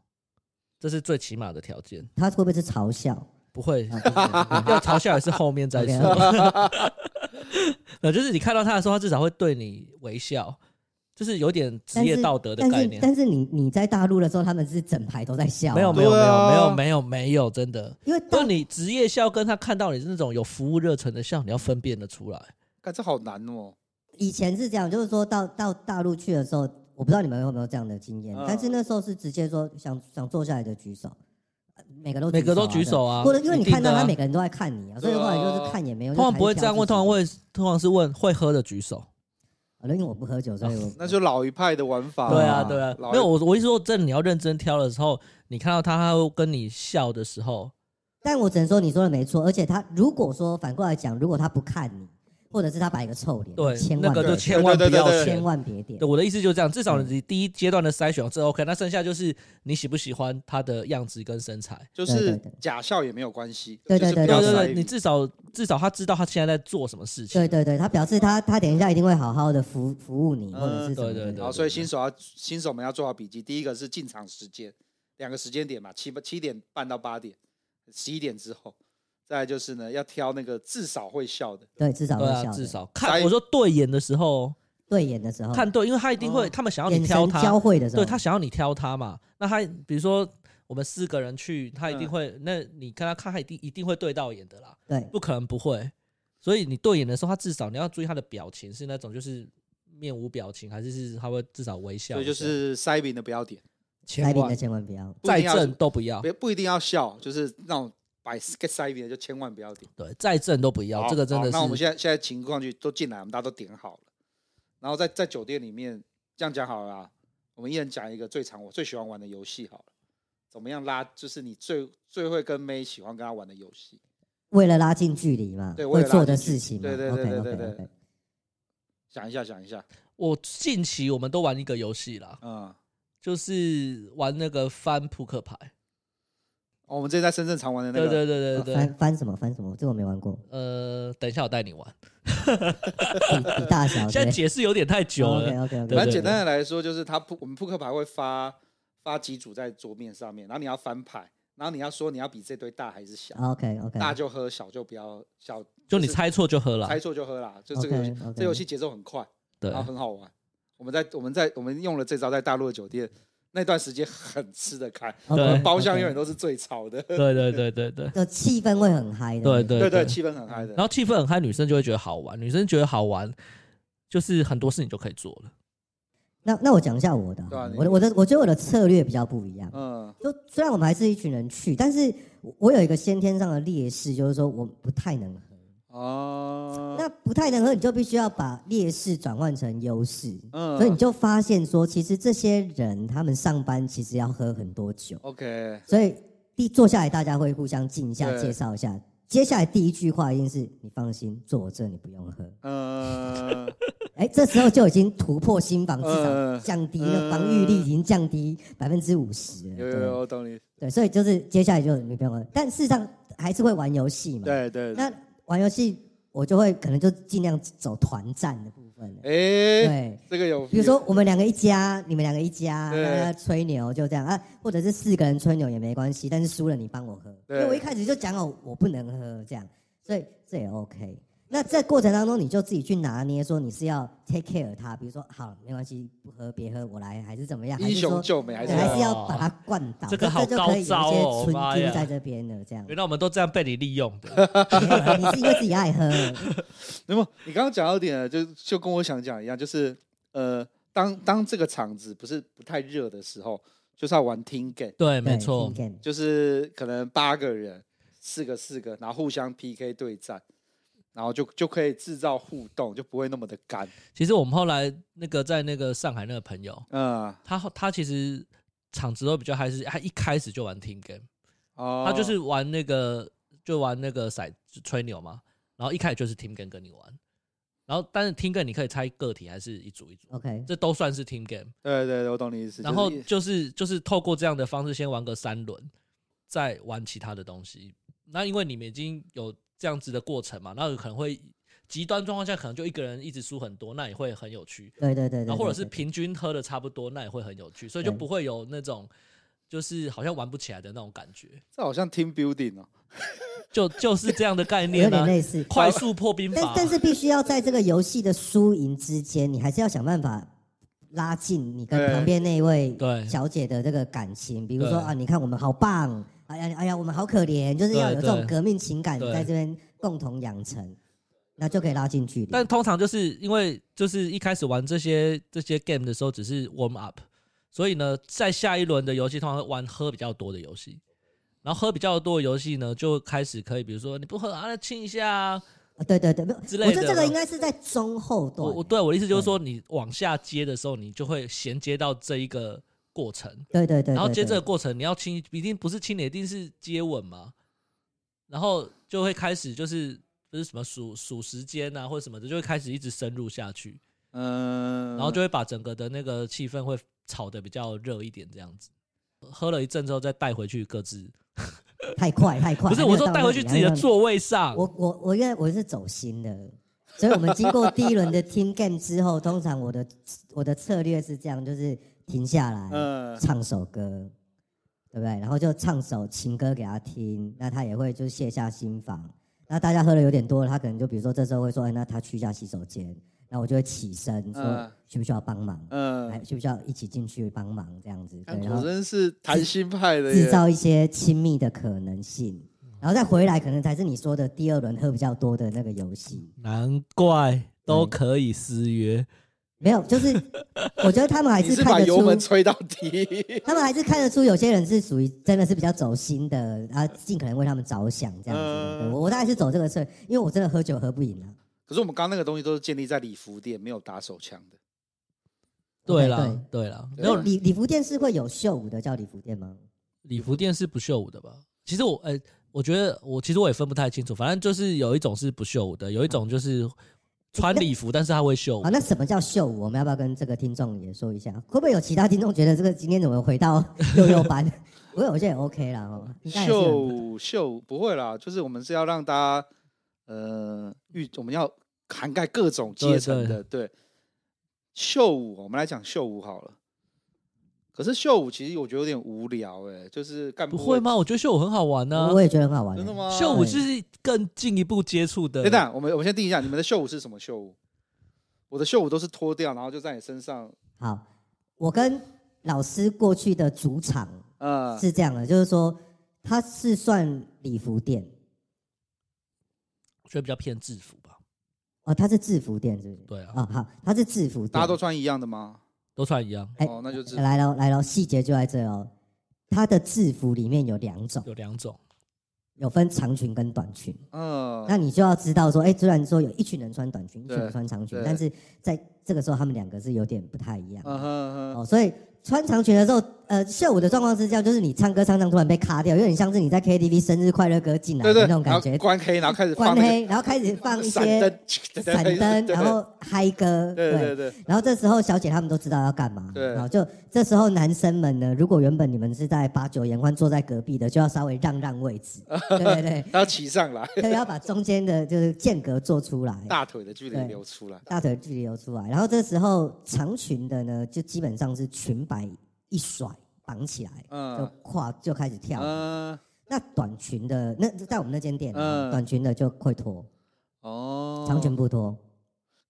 Speaker 3: 这是最起码的条件。
Speaker 4: 他会不会是嘲 笑？
Speaker 3: 不会，
Speaker 4: 啊不是
Speaker 3: 要嘲笑也是后面再 说。 那就是你看到他的时候，他至少会对你微笑，就是有点职
Speaker 4: 但
Speaker 3: 业
Speaker 4: 是
Speaker 3: 道德的
Speaker 4: 但
Speaker 3: 概
Speaker 4: 是
Speaker 3: 念。
Speaker 4: 但是你你在大陆的时候，他们是整排都在笑啊，
Speaker 3: 没有没有没
Speaker 1: 对
Speaker 3: 有
Speaker 1: 啊
Speaker 3: 没有没有没有，真的，
Speaker 4: 因为
Speaker 3: 就
Speaker 4: 大
Speaker 3: 你职业笑跟他看到你是那种有服务热忱的笑，你要分辨得出来。
Speaker 1: 看这好难哦，
Speaker 4: 以前是这样，就是说到到大陆去的时候，我不知道你们有没有这样的经验，
Speaker 1: 嗯
Speaker 4: 但是那时候是直接说想想坐下来的举手，呃每个都
Speaker 3: 每个都举手
Speaker 4: 啊
Speaker 3: 啊，
Speaker 4: 对，或者因为你
Speaker 3: 一定
Speaker 4: 看到
Speaker 3: 的啊
Speaker 4: 他每个人都在看你啊，所以后来就是看也没有，
Speaker 3: 通
Speaker 4: 就
Speaker 3: 常不会这样问，通常
Speaker 4: 会，
Speaker 3: 会通常是问会喝的举手。
Speaker 4: 啊因为我不喝酒，所以
Speaker 3: 哦
Speaker 4: 我
Speaker 1: 那就老一派的玩法嘛。
Speaker 3: 对啊，对啊，
Speaker 1: 老
Speaker 3: 没有
Speaker 1: 一
Speaker 3: 我我一说真的，你要认真挑的时候，你看到他他会跟你笑的时候，
Speaker 4: 但我只能说你说的没错，而且他如果说反过来讲，如果他不看你，或者是他摆一个臭脸，
Speaker 3: 对
Speaker 4: 千，
Speaker 3: 那
Speaker 4: 万嗯
Speaker 3: 个就
Speaker 4: 别
Speaker 3: 千万不
Speaker 1: 对对对
Speaker 3: 要
Speaker 1: 对对
Speaker 3: 选
Speaker 4: 千。万别点
Speaker 3: 对，。我的意思就是这样。至少你第一阶段的筛选这 OK，那剩下就是你喜不喜欢他的样子跟身材。
Speaker 1: 就
Speaker 4: 对
Speaker 1: 是
Speaker 4: 对对
Speaker 1: 假笑也没有关系，
Speaker 4: 对
Speaker 1: 就是不
Speaker 4: 对
Speaker 3: 对
Speaker 1: 要
Speaker 3: 对
Speaker 1: 在
Speaker 3: 对，
Speaker 1: 意
Speaker 3: 你至少至少他知道他现在在做什么事情
Speaker 4: 对。对对，他表示他他等一下一定会好好的服服务你，或者是什么
Speaker 3: 嗯对对
Speaker 4: 的
Speaker 3: 对
Speaker 1: 好，所以新手要新手们要做好笔记。第一个是进场时间，两个时间点嘛，七七点半到八点，十一点之后。再来就是呢，要挑那个至少会笑的，
Speaker 4: 对，至少会
Speaker 3: 对
Speaker 4: 笑
Speaker 3: 啊，
Speaker 4: 的，
Speaker 3: 至少
Speaker 1: 筛
Speaker 3: 看我说对眼的时候
Speaker 4: 对眼的时候，
Speaker 3: 看对，因为他一定会，
Speaker 1: 哦
Speaker 3: 他们想要
Speaker 4: 嗯眼
Speaker 3: 你挑
Speaker 4: 神交
Speaker 3: 他，
Speaker 4: 汇的时候，
Speaker 3: 对他想要你挑他嘛。那他比如说我们四个人去，他一定
Speaker 1: 嗯
Speaker 3: 会，那你跟他看，他一定一定会对到眼的啦。
Speaker 4: 对
Speaker 3: 不可能不会。所以你对眼的时候，他至少你要注意他的表情是那种就是面无表情，还是是他会至少微笑
Speaker 1: 所
Speaker 3: 一
Speaker 1: 以
Speaker 3: 下。
Speaker 1: 就是塞饼的不要点，
Speaker 4: 塞
Speaker 3: 千
Speaker 4: 饼的
Speaker 3: 万
Speaker 4: 千万不要。
Speaker 1: 不一
Speaker 3: 再
Speaker 1: 定要
Speaker 3: 正都不要，
Speaker 1: 别不一定要笑，就是那种摆个塞边的就千万不要点。
Speaker 3: 对，再正都不要，
Speaker 1: 好
Speaker 3: 这个真的
Speaker 1: 好那我们
Speaker 3: 是
Speaker 1: 现在现在情况就都进来，我们大家都点好了，然后在在酒店里面这样讲好了啦，我们一人讲一个最常我最喜欢玩的游戏好了，怎么样拉？就是你最最会跟妹喜欢跟她玩的游戏，
Speaker 4: 为了拉近距离嘛，
Speaker 1: 对为
Speaker 4: 会
Speaker 1: 了拉
Speaker 4: 做的
Speaker 1: 近距离
Speaker 4: 事情嘛，
Speaker 1: 对对对
Speaker 4: OK
Speaker 1: 对
Speaker 4: OK
Speaker 1: 对
Speaker 4: OK，
Speaker 1: 想一下想一下，
Speaker 3: 我近期我们都玩一个游戏啦，
Speaker 1: 嗯。
Speaker 3: 就是玩那个翻扑克牌。
Speaker 1: 哦我们之前在深圳常玩的那
Speaker 3: 对
Speaker 1: 个，
Speaker 3: 对对对
Speaker 4: 哦
Speaker 3: 对，
Speaker 4: 翻翻什么翻什么，这我没 玩过，
Speaker 3: 呃，等一下我带你玩。
Speaker 4: 比比大小
Speaker 3: 现在解释有点太久了。
Speaker 4: OK OK
Speaker 3: 对
Speaker 1: 蛮
Speaker 4: OK，
Speaker 3: 对
Speaker 1: 简单的来说，就是他扑我们扑克牌会发发几组在桌面上面，然后你要翻牌，然后你要说你要比这堆大还是小，
Speaker 3: 啊
Speaker 4: OK OK，
Speaker 1: 大就喝，小就不要，小
Speaker 3: 就你
Speaker 1: 是
Speaker 3: 猜错就喝了
Speaker 1: 猜，错就喝啦。就这个游戏
Speaker 4: OK，OK
Speaker 1: 这游戏节奏很快，
Speaker 3: 对
Speaker 1: 然后很好玩。我们在我们在我们用了这招在大陆的酒店那段时间很吃得开，
Speaker 3: 对
Speaker 1: 包厢永远都是最吵的，
Speaker 3: 对对对对对
Speaker 4: 就气氛会很嗨的，
Speaker 3: 对
Speaker 1: 对
Speaker 3: 对
Speaker 1: 对，气氛很嗨的
Speaker 3: 然。后气氛很嗨，女生就会觉得好玩，女生觉得好玩，就是很多事情就可以做了。
Speaker 4: 那那我讲一下我的
Speaker 1: 对啊
Speaker 4: 好了，
Speaker 1: 你
Speaker 4: 我的我的我觉得我的策略比较不一样。
Speaker 1: 嗯，
Speaker 4: 就虽然我们还是一群人去，但是我我有一个先天上的劣势，就是说我不太能喝。
Speaker 1: 哦，
Speaker 4: 那不太能喝，你就必须要把劣势转换成优势。
Speaker 1: 嗯
Speaker 4: 所以你就发现说，其实这些人他们上班其实要喝很多酒，
Speaker 1: OK，
Speaker 4: 所以第坐下来大家会互相敬一下，
Speaker 1: 对
Speaker 4: 介绍一下。接下来第一句话一定是“你放心，坐我这你不用喝
Speaker 1: 嗯，”。
Speaker 4: 哎，这时候就已经突破心房，至少
Speaker 1: 嗯
Speaker 4: 降低了防御力，已经降低百分之五十了。
Speaker 1: 呃有有有，我懂你，
Speaker 4: 嗯对对，所以就是接下来就你不用喝，但事实上还是会玩游戏嘛。
Speaker 1: 对对。对
Speaker 4: 那玩游戏我就会可能就尽量走团战的部分了。
Speaker 1: 哎，
Speaker 4: 对，
Speaker 1: 这个有，
Speaker 4: 比如说我们两个一家，你们两个一家，
Speaker 1: 对
Speaker 4: 大家吹牛就这样啊，或者是四个人吹牛也没关系，但是输了你帮我喝，因
Speaker 1: 对
Speaker 4: 为我一开始就讲好我不能喝这样，所以这也 OK。那在过程当中，你就自己去拿捏，说你是要 take care 他，比如说好，没关系，不喝别喝，我来，还是怎么样？还
Speaker 1: 英
Speaker 4: 是说
Speaker 1: 雄救美还是
Speaker 4: 对
Speaker 1: 要
Speaker 4: 还是要把它灌倒。
Speaker 3: 这个好
Speaker 4: 就可以有一
Speaker 3: 高招哦
Speaker 4: 些
Speaker 3: 妈
Speaker 4: 纯
Speaker 3: 呀
Speaker 4: 金在这边的 这样。
Speaker 3: 原来我们都这样被你利用的，
Speaker 4: 你是因为自己爱喝，
Speaker 1: 那么你刚刚讲到一点了，就就跟我想讲一样，就是呃，当当这个场子不是不太热的时候，就是要玩 team game，
Speaker 3: 对，
Speaker 4: 对
Speaker 3: 没错
Speaker 4: team，game
Speaker 1: 就是可能八个人，四个四个，然后互相 PK 对战，然后就就可以制造互动，就不会那么的干。
Speaker 3: 其实我们后来那个在那个上海那个朋友，
Speaker 1: 嗯，
Speaker 3: 他他其实场子都比较嗨，是他一开始就玩 team game，
Speaker 1: 哦，
Speaker 3: 他就是玩那个就玩那个骰就吹牛嘛，然后一开始就是 team game 跟你玩，然后但是 team game 你可以猜个体还是一组一组，
Speaker 4: OK，
Speaker 3: 这都算是 team game。
Speaker 1: 对对对，我懂你意思。
Speaker 3: 然后
Speaker 1: 就是
Speaker 3: 就是就是透过这样的方式先玩个三轮，再玩其他的东西。那因为你们已经有这样子的过程嘛，那有可能会极端状况下可能就一个人一直输很多，那也会很有趣。
Speaker 4: 对对对对
Speaker 3: 然后或者是
Speaker 4: 对对嗯
Speaker 3: 平均喝的差不多，那也会很有趣，所以就
Speaker 4: 对
Speaker 3: 不会有那种就是好像玩不起来的那种感觉。
Speaker 1: 这好像 team building 哦，
Speaker 3: 就就是这样的概
Speaker 4: 有
Speaker 3: 念
Speaker 4: 点
Speaker 3: 啊，
Speaker 4: 类似，
Speaker 3: 快速破冰
Speaker 4: 但
Speaker 3: 法。
Speaker 4: 但是必须要在这个游戏的输赢之间，你还是要想办法拉近你跟
Speaker 1: 对
Speaker 4: 旁边那一位
Speaker 3: 对
Speaker 4: 小姐的这个感情。比如说
Speaker 3: 对
Speaker 4: 啊，你看我们好棒，哎呀哎呀，我们好可怜，就是要有
Speaker 3: 对
Speaker 4: 这
Speaker 3: 对
Speaker 4: 种革命情感
Speaker 3: 对
Speaker 4: 在这边共同养成，那就可以拉近距离。
Speaker 3: 但通常就是因为就是一开始玩这些这些 game 的时候只是 warm up，所以呢，在下一轮的游戏通常会玩喝比较多的游戏，然后喝比较多的游戏呢，就开始可以比如说你不喝啊，那亲一下啊。
Speaker 4: 啊对对对，没有
Speaker 3: 之类
Speaker 4: 我觉
Speaker 3: 的
Speaker 4: 得这个应该是在中后段
Speaker 3: 我我。对我的意思就是说，你往下接的时候，你就会衔接到这一个过程，
Speaker 4: 对对对，
Speaker 3: 然后
Speaker 4: 对
Speaker 3: 接这个
Speaker 4: 对
Speaker 3: 过程，你要亲，一定不是亲脸，一定是接吻嘛。然后就会开始就是就是什么数数时间啊，或者什么的，就会开始一直深入下去，
Speaker 1: 嗯，
Speaker 3: 然后就会把整个的那个气氛会炒得比较热一点，这样子。喝了一阵之后再带回去各自，
Speaker 4: 太快太快，
Speaker 3: 不是
Speaker 4: 还没
Speaker 3: 我
Speaker 4: 有
Speaker 3: 说
Speaker 4: 到
Speaker 3: 带
Speaker 4: 那
Speaker 3: 回
Speaker 4: 里
Speaker 3: 去
Speaker 4: 还
Speaker 3: 自
Speaker 4: 没
Speaker 3: 己
Speaker 4: 有
Speaker 3: 的
Speaker 4: 到那里
Speaker 3: 座位上。
Speaker 4: 我我我因为我是走心的，所以我们经过第一轮的 team game 之后，通常我的我的策略是这样，就是停下来，
Speaker 1: 嗯
Speaker 4: 唱首歌，对不对？然后就唱首情歌给他听，那他也会就卸下心防。那大家喝的有点多了，他可能就比如说这时候会说，哎，那他去一下洗手间，那我就会起身
Speaker 1: 嗯
Speaker 4: 说，需不需要帮忙？哎，
Speaker 1: 嗯，
Speaker 4: 需不需要一起进去帮忙这样子？对，
Speaker 1: 看
Speaker 4: 然后
Speaker 1: 果真是谈心派的耶
Speaker 4: 制。造一些亲密的可能性，
Speaker 1: 嗯
Speaker 4: 然后再回来，可能才是你说的第二轮喝比较多的那个游戏。
Speaker 3: 难怪
Speaker 4: 都
Speaker 3: 可以私约，
Speaker 4: 没有，就是 我觉得他们还
Speaker 1: 你是
Speaker 4: 看
Speaker 1: 把
Speaker 4: 得
Speaker 1: 油门
Speaker 4: 出，
Speaker 1: 吹到底，
Speaker 4: 他们还是看得出有些人是属于真的是比较走心的，啊，尽可能为他们着想这样子。
Speaker 1: 嗯
Speaker 4: 对我我大概是走这个策略，因为我真的喝酒喝不赢啊。
Speaker 1: 可是我们刚刚那个东西都是建立在礼服店，没有打手枪的。
Speaker 3: 对
Speaker 4: OK，
Speaker 3: 啦，对啦，没
Speaker 1: 对
Speaker 3: 有
Speaker 4: 对礼礼服店是会有秀舞的，叫礼服店吗？
Speaker 3: 礼服店是不秀舞的吧？其实我呃、我觉得我其实我也分不太清楚，反正就是有一种是不秀舞的，有一种就是穿礼服，但是他会秀舞
Speaker 4: 好，。那什么叫秀舞？我们要不要跟这个听众也说一下？会不会有其他听众觉得这个今天怎么回到 幼幼班？不过我觉得也 OK 啦，哦，应该也是很
Speaker 1: 秀舞秀舞不会啦，就是我们是要让大家呃遇，我们要涵盖各种阶层的，对秀舞，我们来讲秀舞好了。可是秀舞其实我觉得有点无聊哎、就是干
Speaker 3: 不
Speaker 1: 部
Speaker 3: 会？吗？我觉得秀舞很好玩呢、
Speaker 4: 我也觉得很好玩、啊
Speaker 1: 真的？吗？
Speaker 3: 秀舞就是更进一步接触的
Speaker 1: 等。等，我们我们先定一下，你们的秀舞是什么秀舞？我的秀舞都是脱掉，然后就在你身上，
Speaker 4: 好，我跟老师过去的主场
Speaker 1: 呃，
Speaker 4: 是这样的，就是说它是算礼服店
Speaker 3: 我觉得比较偏制服吧。
Speaker 4: 哦，它是制服店是不是？
Speaker 3: 对啊，
Speaker 4: 哦，好，它是制服店，
Speaker 1: 大家都穿一样的吗？
Speaker 3: 都穿一样，
Speaker 4: 哎
Speaker 1: 哦，那就制服
Speaker 4: 来喽来喽，细节就在这哦。它的制服里面有两种，
Speaker 3: 有两种。
Speaker 4: 有分长裙跟短裙。
Speaker 1: 嗯、
Speaker 4: 那你就要知道说，哎，虽然说有一群人穿短裙，一群
Speaker 1: 对
Speaker 4: 人穿长裙
Speaker 1: 对，
Speaker 4: 但是在这个时候他们两个是有点不太一样。
Speaker 1: 嗯哼嗯哼，
Speaker 4: 哦，所以穿长裙的时候，呃，秀舞的状况是这样，就是你唱歌唱唱突然被卡掉，有点像是你在 KTV 生日快乐歌进来
Speaker 1: 对
Speaker 4: 的
Speaker 1: 对，
Speaker 4: 那种
Speaker 1: 然
Speaker 4: 感
Speaker 1: 后
Speaker 4: 觉，
Speaker 1: 关黑，然后开始
Speaker 4: 关
Speaker 1: 放那个
Speaker 4: 黑，然后开始放一
Speaker 1: 闪
Speaker 4: 些
Speaker 1: 灯，
Speaker 4: 闪灯，然后嗨歌，
Speaker 1: 对对对，
Speaker 4: 然后这时候小姐她们都知道要干嘛，
Speaker 1: 对
Speaker 4: 然后就这时候男生们呢，如果原本你们是在八九言欢坐在隔壁的，就要稍微让让位置，对对对，
Speaker 1: 然后骑上来，
Speaker 4: 对要把中间的就是间隔做出来，
Speaker 1: 大腿的距离
Speaker 4: 对
Speaker 1: 流出来。
Speaker 4: 大腿距离流出来，然后这时候长裙的呢，就基本上是裙摆一甩绑起来，
Speaker 1: 嗯
Speaker 4: 就跨就开始跳。
Speaker 1: 嗯，
Speaker 4: 那短裙的那在我们那间店啊、
Speaker 1: 嗯
Speaker 4: 短裙的就会脱，
Speaker 1: 哦，哦，
Speaker 4: 长裙不脱。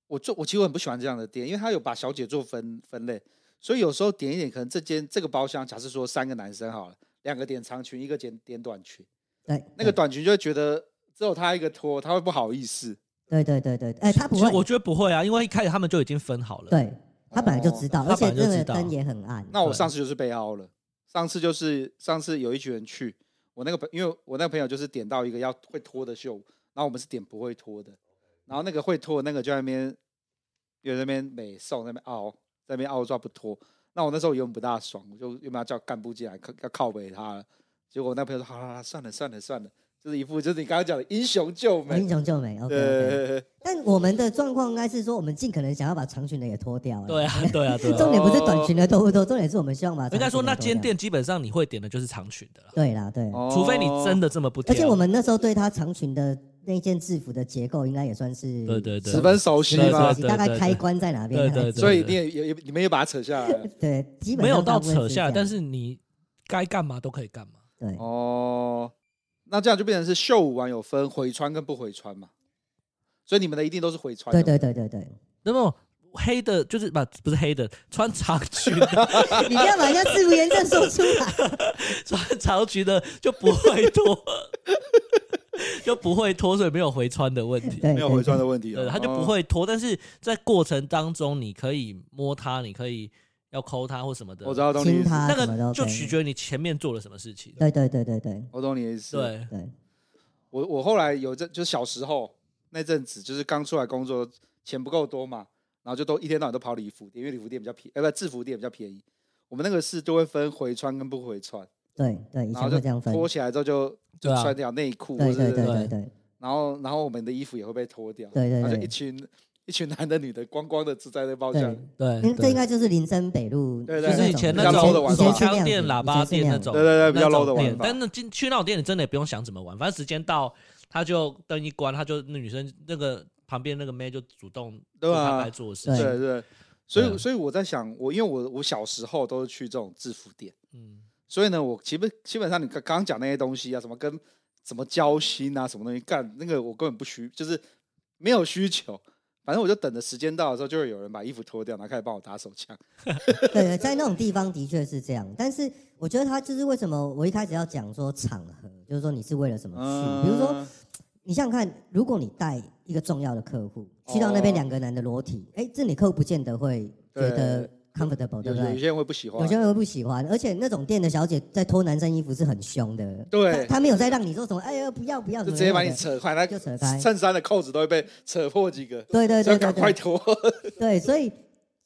Speaker 1: 我做我其实我很不喜欢这样的店，因为他有把小姐做分分类，所以有时候点一点，可能这间这个包厢，假设说三个男生好了，两个点长裙，一个点点短裙，
Speaker 4: 对，
Speaker 1: 那个
Speaker 4: 对
Speaker 1: 短裙就会觉得只有他一个脱，他会不好意思。
Speaker 4: 对对对对，哎，他不
Speaker 3: 其实我
Speaker 4: 会，
Speaker 3: 觉得不会啊，因为一开始他们就已经分好了。，
Speaker 4: 对他本来就知道，
Speaker 3: 哦他
Speaker 4: 而且
Speaker 3: 本来就
Speaker 4: 这个
Speaker 3: 知道
Speaker 4: 灯也很暗。
Speaker 1: 那我
Speaker 3: 对
Speaker 1: 上次就是被凹了，上次就是上次有一群人去，我那个朋，因为我那个朋友就是点到一个要会脱的秀，然后我们是点不会脱的，然后那个会脱的那个就在那边，有在那边美送在那边凹，在那边凹说不脱，那我那时候有点不大爽，我就有没有叫干部进来靠要靠北他了，结果我那朋友说好啦好啦，算了算了算了，就是一副就是你刚刚讲的英雄救
Speaker 4: 英
Speaker 1: 美，
Speaker 4: 雄救美，OK
Speaker 1: 对对
Speaker 4: OK。
Speaker 1: 对对
Speaker 4: 但我们的状况应该是说，我们尽可能想要把长裙的也脱掉。
Speaker 3: 对， 啊，对啊，对啊。
Speaker 4: 重点不是短裙的脱不脱，重点是我们希望把
Speaker 3: 应该说，那
Speaker 4: 长
Speaker 3: 间
Speaker 4: 裙的脱掉。
Speaker 3: 店基本上你会点的就是长裙的啦，
Speaker 4: 对啦，对。
Speaker 1: 哦
Speaker 3: 除非你真的这么不挑。
Speaker 4: 而且我们那时候对他长裙的那件制服的结构，应该也算是
Speaker 3: 对对对
Speaker 1: 哦十分熟悉
Speaker 3: 对对
Speaker 1: 嘛
Speaker 3: 对，
Speaker 4: 大概开关在哪边？
Speaker 3: 对
Speaker 4: 大概
Speaker 3: 对对
Speaker 1: 所以你也也也你们也把它扯下来了。
Speaker 4: 对，基本
Speaker 3: 没有
Speaker 4: 上大
Speaker 3: 到
Speaker 4: 部分
Speaker 3: 扯下来，
Speaker 4: 这样
Speaker 3: 但是你该干嘛都可以干嘛。
Speaker 4: 对
Speaker 1: 哦，那这样就变成是秀舞完有分回穿跟不回穿嘛，所以你们的一定都是回穿的
Speaker 4: 对
Speaker 1: 嘛。
Speaker 4: 对对对 对，
Speaker 3: 那么黑的，就是不不是黑的，穿长裙 的，
Speaker 4: 你不要把人家制服原则说出来。
Speaker 3: 穿长裙的就不会脱， 就不会脱，所以没有回穿的问题。
Speaker 4: 对，
Speaker 1: 没有
Speaker 4: 对
Speaker 1: 回穿的问题哦、
Speaker 3: 对，他就不
Speaker 1: 哦。
Speaker 3: 会脱，但是在过程当中，你可以摸它，你可以要抠它或什么的。
Speaker 1: 我知道，懂你
Speaker 4: 亲
Speaker 1: 意思，
Speaker 4: 他
Speaker 3: 那
Speaker 4: 啊什么
Speaker 3: 个
Speaker 4: 都
Speaker 3: 就
Speaker 4: OK
Speaker 3: 取决于你前面做了什么事情。
Speaker 4: 对对对对对
Speaker 1: 我懂你的意思。，
Speaker 3: 对，
Speaker 4: 对，
Speaker 1: 我我后来有这就小时候那阵子，就是刚出来工作，钱不够多嘛，然后就都一天到晚都跑礼服店，因为礼服店比较便宜，呃，不制服店比较便宜。我们那个是都会分回穿跟不回穿，
Speaker 4: 对对，以
Speaker 1: 然后
Speaker 4: 前会这样
Speaker 1: 就
Speaker 4: 分。
Speaker 1: 脱起来之后就就
Speaker 3: 对啊
Speaker 1: 穿掉内裤，
Speaker 4: 对
Speaker 1: 或
Speaker 4: 对
Speaker 1: 是
Speaker 4: 对
Speaker 3: 对
Speaker 4: 对对
Speaker 1: 然后然后我们的衣服也会被脱掉，
Speaker 4: 对对
Speaker 1: 然后就
Speaker 4: 对
Speaker 1: 一群一群男的女的光光的只在那包厢
Speaker 4: 对嗯
Speaker 1: 里，，
Speaker 3: 对，
Speaker 4: 因为这应该就是林森北路，
Speaker 1: 对对
Speaker 3: 就是以前
Speaker 1: 比
Speaker 3: 那
Speaker 1: 较 low 的
Speaker 3: 种
Speaker 1: 玩
Speaker 4: 以
Speaker 1: 法
Speaker 3: 手
Speaker 4: 前是那
Speaker 3: 枪
Speaker 4: 样
Speaker 3: 店、
Speaker 4: 子
Speaker 3: 喇叭店那种，
Speaker 1: 对对对比较 low
Speaker 3: 哦那
Speaker 1: 的
Speaker 3: 种
Speaker 1: 玩
Speaker 3: 店
Speaker 1: 法
Speaker 3: 但那进去那种店，你真的也不用想怎么玩，反正时间到，他就灯一关，他就那女生那个旁边那个妹就主动
Speaker 1: 对
Speaker 3: 做
Speaker 1: 啊
Speaker 3: 她该做的事
Speaker 1: 对
Speaker 3: 情。
Speaker 1: 对，所
Speaker 3: 对
Speaker 1: 以
Speaker 3: 啊
Speaker 1: 所以我在想，我因为我我小时候都是去这种制服店，
Speaker 3: 嗯，
Speaker 1: 所以呢，我基本基本上你刚刚讲那些东西啊，什么跟什么交心啊，什么东西干那个我根本不需，就是没有需求。反正我就等着时间到的时候，就会有人把衣服脱掉，然后开始帮我打手枪。
Speaker 4: 对对，在那种地方的确是这样，但是我觉得他就是为什么我一开始要讲说场合，就是说你是为了什么去，比如说
Speaker 1: 嗯，
Speaker 4: 你想想看，如果你带一个重要的客户去到那边
Speaker 1: 哦
Speaker 4: 两个男的裸体，哎、这你客户不见得会觉得 comfortable，对
Speaker 1: 有嗯有
Speaker 4: 不对
Speaker 1: 些？人会不喜欢，
Speaker 4: 有些人会不喜欢，而且那种店的小姐在脱男生衣服是很凶的，
Speaker 1: 对
Speaker 4: 她她没有在让你说什么，哎呀不要不要，
Speaker 1: 就
Speaker 4: 什么
Speaker 1: 直接把
Speaker 4: 样
Speaker 1: 你
Speaker 4: 的
Speaker 1: 扯开，那
Speaker 4: 就扯开
Speaker 1: 衬衫的扣子都会被扯破几个，
Speaker 4: 对对
Speaker 1: 所以
Speaker 4: 对
Speaker 1: 赶
Speaker 4: 对
Speaker 1: 快
Speaker 4: 对
Speaker 1: 脱。
Speaker 4: 对，所以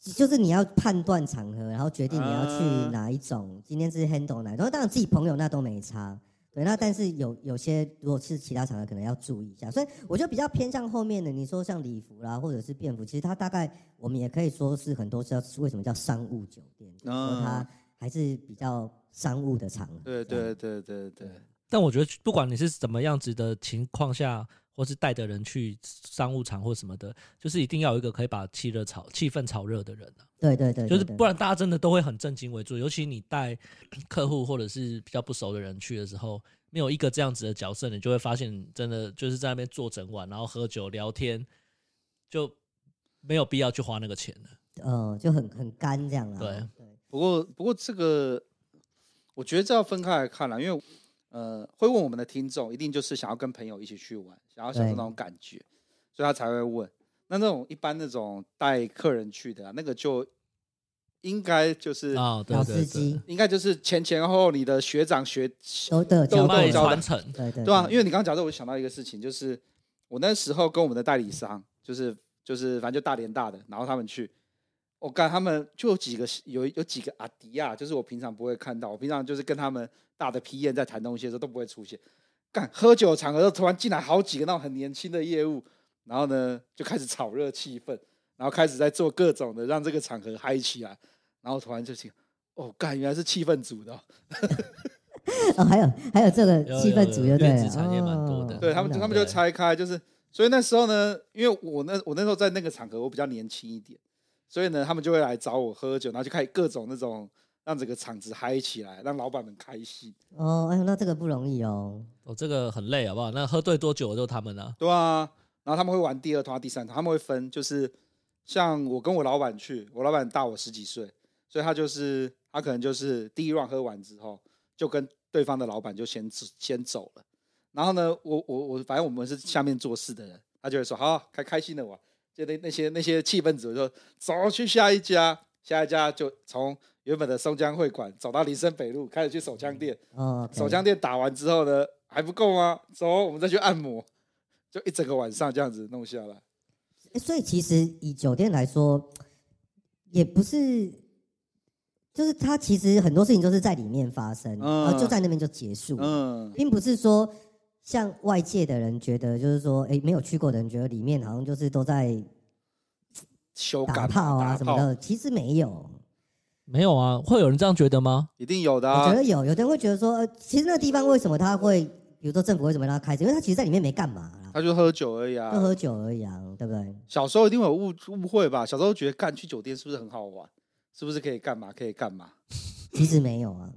Speaker 4: 就是你要判断场合，然后决定你要
Speaker 1: 啊
Speaker 4: 去哪一种，今天是 handle 哪一种，当然自己朋友那都没差。对，那但是有有些如果是其他场合，可能要注意一下。所以我就比较偏向后面的，你说像礼服啦，或者是便服，其实它大概我们也可以说是很多叫为什么叫商务酒店，就是说
Speaker 1: 嗯
Speaker 4: 它还是比较商务的场合。
Speaker 1: 对
Speaker 4: 这样
Speaker 1: 对对对对，
Speaker 3: 但我觉得不管你是怎么样子的情况下，或是带的人去商务场或什么的，就是一定要有一个可以把气热炒气氛炒热的人啊。
Speaker 4: 对对对，
Speaker 3: 就是
Speaker 4: 对
Speaker 3: 不然大家真的都会很震惊为主，尤其你带客户或者是比较不熟的人去的时候，没有一个这样子的角色，你就会发现真的就是在那边坐整晚，然后喝酒聊天，就没有必要去花那个钱了。
Speaker 4: 呃就很很干这样啦。
Speaker 3: 对
Speaker 1: 不过，不过这个，我觉得这要分开来看了，因为呃，会问我们的听众，一定就是想要跟朋友一起去玩，想要享受
Speaker 4: 对
Speaker 1: 那种感觉，所以他才会问。那那种一般那种带客人去的、啊，那个就应该就是、
Speaker 3: 啊、对
Speaker 4: 老
Speaker 3: 对
Speaker 4: 司
Speaker 3: 对
Speaker 4: 机，
Speaker 1: 应该就是前前后后你的学长学，
Speaker 4: 都都有
Speaker 1: 都
Speaker 4: 交
Speaker 1: 有
Speaker 3: 卖
Speaker 4: 代
Speaker 1: 交代
Speaker 3: 传承，
Speaker 4: 对对
Speaker 1: 对啊，因为你刚刚讲到，我就想到一个事情，就是我那时候跟我们的代理商，就是就是反正就大连大的，然后他们去，我干他们就有几个有有几个阿迪亚，就是我平常不会看到，我平常就是跟他们大的批验在谈东西的时候都不会出现。干喝酒的场合都突然进来好几个那种很年轻的业务，然后呢就开始炒热气氛，然后开始在做各种的让这个场合嗨起来，然后突然就听，哦，干原来是气氛组的哦、
Speaker 4: 哦，还有还有这个
Speaker 3: 有
Speaker 4: 气氛
Speaker 3: 有
Speaker 4: 组
Speaker 3: 有
Speaker 4: 就对
Speaker 3: 电
Speaker 4: 了，
Speaker 3: 子产业蛮多的
Speaker 4: 哦
Speaker 1: 对他们，
Speaker 4: 真
Speaker 1: 他
Speaker 4: 的哦
Speaker 1: 们就
Speaker 3: 对
Speaker 1: 拆开，就是所以那时候呢，因为我那我那时候在那个场合，我比较年轻一点，所以呢，他们就会来找我喝酒，然后就开始各种那种让整个场子嗨起来，让老板们开心，
Speaker 4: 哦，哎呦，那这个不容易哦。
Speaker 3: 哦，这个很累好不好？那喝醉多久的都他们啊，
Speaker 1: 对啊。然后他们会玩第二团、第三团，他们会分，就是像我跟我老板去，我老板大我十几岁，所以他就是他可能就是第一 round 喝完之后，就跟对方的老板就先走先走了。然后呢，我我我，反正我们是下面做事的人，他就会说好开开心的玩，就那那些那些气氛组就说走去下一家，下一家就从原本的松江会馆走到林森北路，开始去手枪店，
Speaker 4: 哦，
Speaker 1: 手枪店打完之后呢，还不够吗？走，我们再去按摩，就一整个晚上这样子弄下来。
Speaker 4: 诶所以其实以酒店来说，也不是，就是它其实很多事情都是在里面发生，
Speaker 1: 嗯
Speaker 4: 呃，就在那边就结束，
Speaker 1: 嗯，
Speaker 4: 并不是说像外界的人觉得，就是说，哎，没有去过的人觉得里面好像就是都在
Speaker 1: 修改
Speaker 4: 打炮啊什么，
Speaker 1: 打炮
Speaker 4: 的，其实没有。
Speaker 3: 没有啊，会有人这样觉得吗？
Speaker 1: 一定有的、
Speaker 4: 我觉
Speaker 1: 啊。
Speaker 4: 得有，有的人会觉得说，呃，其实那个地方为什么他会，比如说政府为什么让他开始，因为他其实在里面没干嘛啦，
Speaker 1: 他就喝酒而已啊
Speaker 4: 就。喝酒而已啊，对不对？
Speaker 1: 小时候一定会有误误会吧？小时候觉得干去酒店是不是很好玩？是不是可以干嘛？可以干嘛？
Speaker 4: 其实没有啊，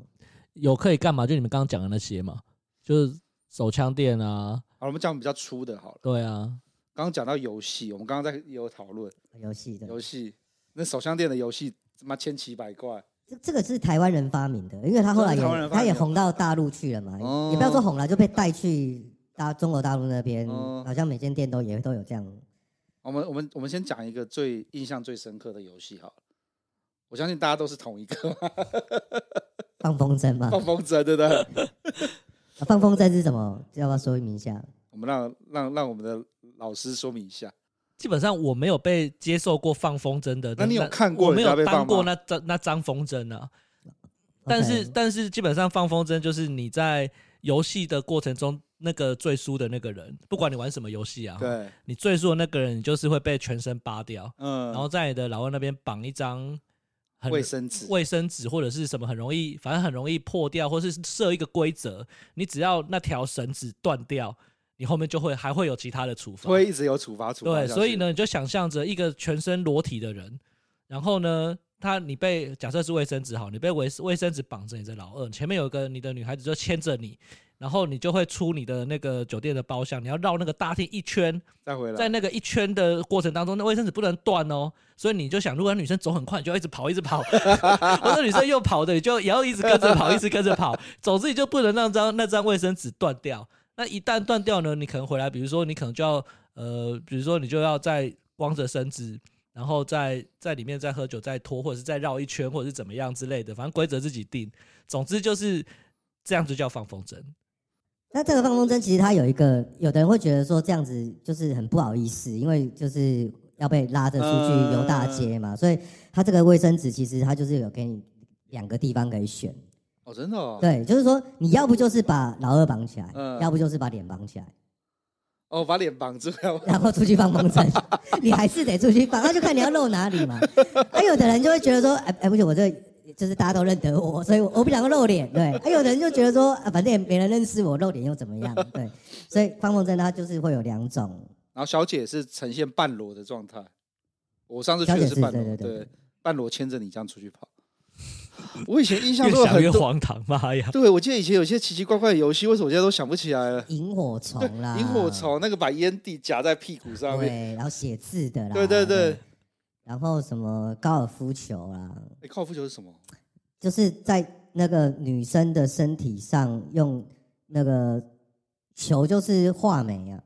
Speaker 3: 有可以干嘛？就你们刚刚讲的那些嘛，就是手枪店啊，
Speaker 1: 好，我们讲比较粗的好了。
Speaker 3: 对啊，
Speaker 1: 刚刚讲到游戏，我们刚刚在也有讨论
Speaker 4: 游戏的
Speaker 1: 游戏，那手枪店的游戏他妈千奇百怪。
Speaker 4: 这这个是台湾人发明的，因为他后来
Speaker 1: 这是台湾人
Speaker 4: 也
Speaker 1: 发明
Speaker 4: 他
Speaker 1: 的
Speaker 4: 也红到大陆去了嘛，
Speaker 1: 哦
Speaker 4: 也不要说红了，就被带去大中国大陆那边，
Speaker 1: 哦
Speaker 4: 好像每间店都也都有这样。
Speaker 1: 我们我们我们先讲一个最印象最深刻的游戏好了。我相信大家都是同一个嘛
Speaker 4: 放风筝嘛，
Speaker 1: 放风筝，对不对？
Speaker 4: 啊放风筝是什么？要不要说明一下？
Speaker 1: 我们让让让我们的老师说明一下。
Speaker 3: 基本上我没有被接受过放风筝的，
Speaker 1: 那你有看过
Speaker 3: 我没
Speaker 1: 人家
Speaker 3: 有
Speaker 1: 被放吗
Speaker 3: 当过那张那张风筝啊，但是
Speaker 4: OK
Speaker 3: 但是基本上放风筝就是你在游戏的过程中，那个最输的那个人，不管你玩什么游戏啊，
Speaker 1: 对，
Speaker 3: 你最输的那个人，你就是会被全身扒掉，
Speaker 1: 嗯，
Speaker 3: 然后在你的老外那边绑一张很
Speaker 1: 卫生纸，
Speaker 3: 卫生纸或者是什么很容易，反正很容易破掉，或是设一个规则，你只要那条绳子断掉，你后面就会还会有其他的处罚。
Speaker 1: 会一直有处罚处罚。
Speaker 3: 对，所以，呢，你就想象着一个全身裸体的人，然后呢，他你被假设是卫生纸好，你被卫卫生纸绑着你的老二，前面有个你的女孩子就牵着你，然后你就会出你的那个酒店的包厢，你要绕那个大厅一圈，
Speaker 1: 再回来，
Speaker 3: 在那个一圈的过程当中，那卫生纸不能断哦，所以你就想，如果那女生走很快，你就要一直跑，一直跑； 我说女生又跑的，你就也要一直跟着跑，一直跟着跑。总之，你就不能让张那张卫生纸断掉。那一旦断掉呢，你可能回来，比如说你可能就要呃，比如说你就要再光着身子，然后再在里面再喝酒、再拖，或者是再绕一圈，或者是怎么样之类的，反正规则自己定。总之就是这样，就叫放风筝。
Speaker 4: 那这个放风筝其实它有一个，有的人会觉得说这样子就是很不好意思，因为就是要被拉着出去游大街
Speaker 1: 呃
Speaker 4: 嘛，所以它这个卫生纸其实它就是有给你两个地方可以选。
Speaker 1: 哦，真的哦，
Speaker 4: 对，就是说你要不就是把老二绑起来，
Speaker 1: 嗯
Speaker 4: 要不就是把脸绑起来，
Speaker 1: 哦，把脸绑住了，
Speaker 4: 然后出去放风筝， 你还是得出去放，那就看你要露哪里嘛。哎、有的人就会觉得说，哎、哎，不行，我这就是大家都认得我，所以我我不想要露脸。对，哎、有的人就觉得说，啊，反正也没人认识我，露脸又 怎么样？对，所以放风筝它就是会有两种，
Speaker 1: 然后小姐是呈现半裸的状态。我上次去
Speaker 4: 小
Speaker 1: 的
Speaker 4: 姐
Speaker 1: 是
Speaker 4: 是
Speaker 1: 半
Speaker 4: 对
Speaker 1: 裸，
Speaker 4: 对对
Speaker 1: 对，半裸牵着你这样出去跑。 我以前印象
Speaker 3: 越
Speaker 1: 中有
Speaker 3: 想越
Speaker 1: 很多，
Speaker 3: 荒唐，妈呀！
Speaker 1: 对我记得以前有些奇奇怪怪的游戏，为什么我现在都想不起来了？
Speaker 4: 萤火虫啦，
Speaker 1: 萤火，虫那个把烟蒂夹在屁股上面，
Speaker 4: 对，然后写字的啦，
Speaker 1: 对对对，。
Speaker 4: 然后什么高尔夫球啊啦，
Speaker 1: 哎，靠夫球是什么？
Speaker 4: 就是在那个女生的身体上用那个球，就是画眉啊，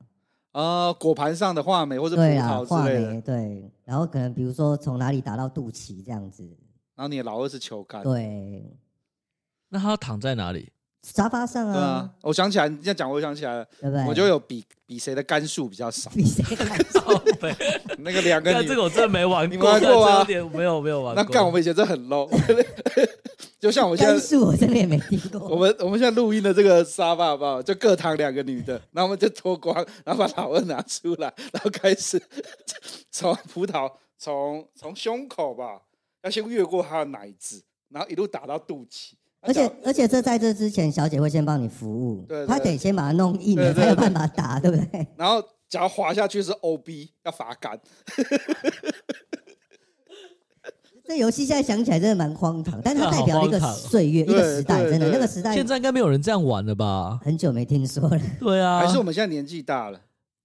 Speaker 1: 啊，果盘上的画眉或者葡
Speaker 4: 对啊，
Speaker 1: 萄
Speaker 4: 画
Speaker 1: 之类的
Speaker 4: 眉。对，然后可能比如说从哪里打到肚脐这样子，
Speaker 1: 然后你的老二是球杆，
Speaker 4: 对，啊
Speaker 3: 那他躺在 哪里？
Speaker 4: 沙发上
Speaker 1: 对啊
Speaker 4: 啊，。
Speaker 1: 我想起来，你这样讲我就想起来了，
Speaker 4: 对不对？，
Speaker 1: 我就有比比谁的杆数比较少
Speaker 4: 比谁 看起
Speaker 1: 哦
Speaker 3: 靠北
Speaker 1: 那个两个
Speaker 3: 但
Speaker 1: 女
Speaker 3: 这个我真的没玩
Speaker 1: 你
Speaker 3: 过，
Speaker 1: 玩
Speaker 3: 但
Speaker 1: 过
Speaker 3: 这
Speaker 1: 啊
Speaker 3: 有点没有没有玩过。
Speaker 1: 那干我们以前真的很 low，就像我现
Speaker 4: 单
Speaker 1: 在。
Speaker 4: 数我真的也没听
Speaker 1: 我
Speaker 4: 过。
Speaker 1: 们我们现在录音的这个沙发好不好？就各躺两个女的，然后我们就脱光，然后把老二拿出来，然后开始 从葡萄从从胸口吧，要先越过她的奶子，然后一路打到肚脐，
Speaker 4: 而且而且这在这之前，小姐会先帮你服务
Speaker 1: 对对，
Speaker 4: 她得先把它弄硬
Speaker 1: 对
Speaker 4: 了，
Speaker 1: 对
Speaker 4: 才有办法打，对不对？
Speaker 1: 然后脚滑下去是 OB 要罚杆，
Speaker 4: 这游戏现在想起来真的蛮荒唐，但它代表了一个
Speaker 3: 那好荒唐哦
Speaker 4: 岁月、一
Speaker 1: 对
Speaker 4: 个时代，
Speaker 1: 对
Speaker 4: 真的
Speaker 1: 对
Speaker 4: 那个时代
Speaker 3: 现在应该没有人这样玩了吧？
Speaker 4: 很久没听说了。
Speaker 3: 对啊，
Speaker 1: 还是我们现在年纪大了，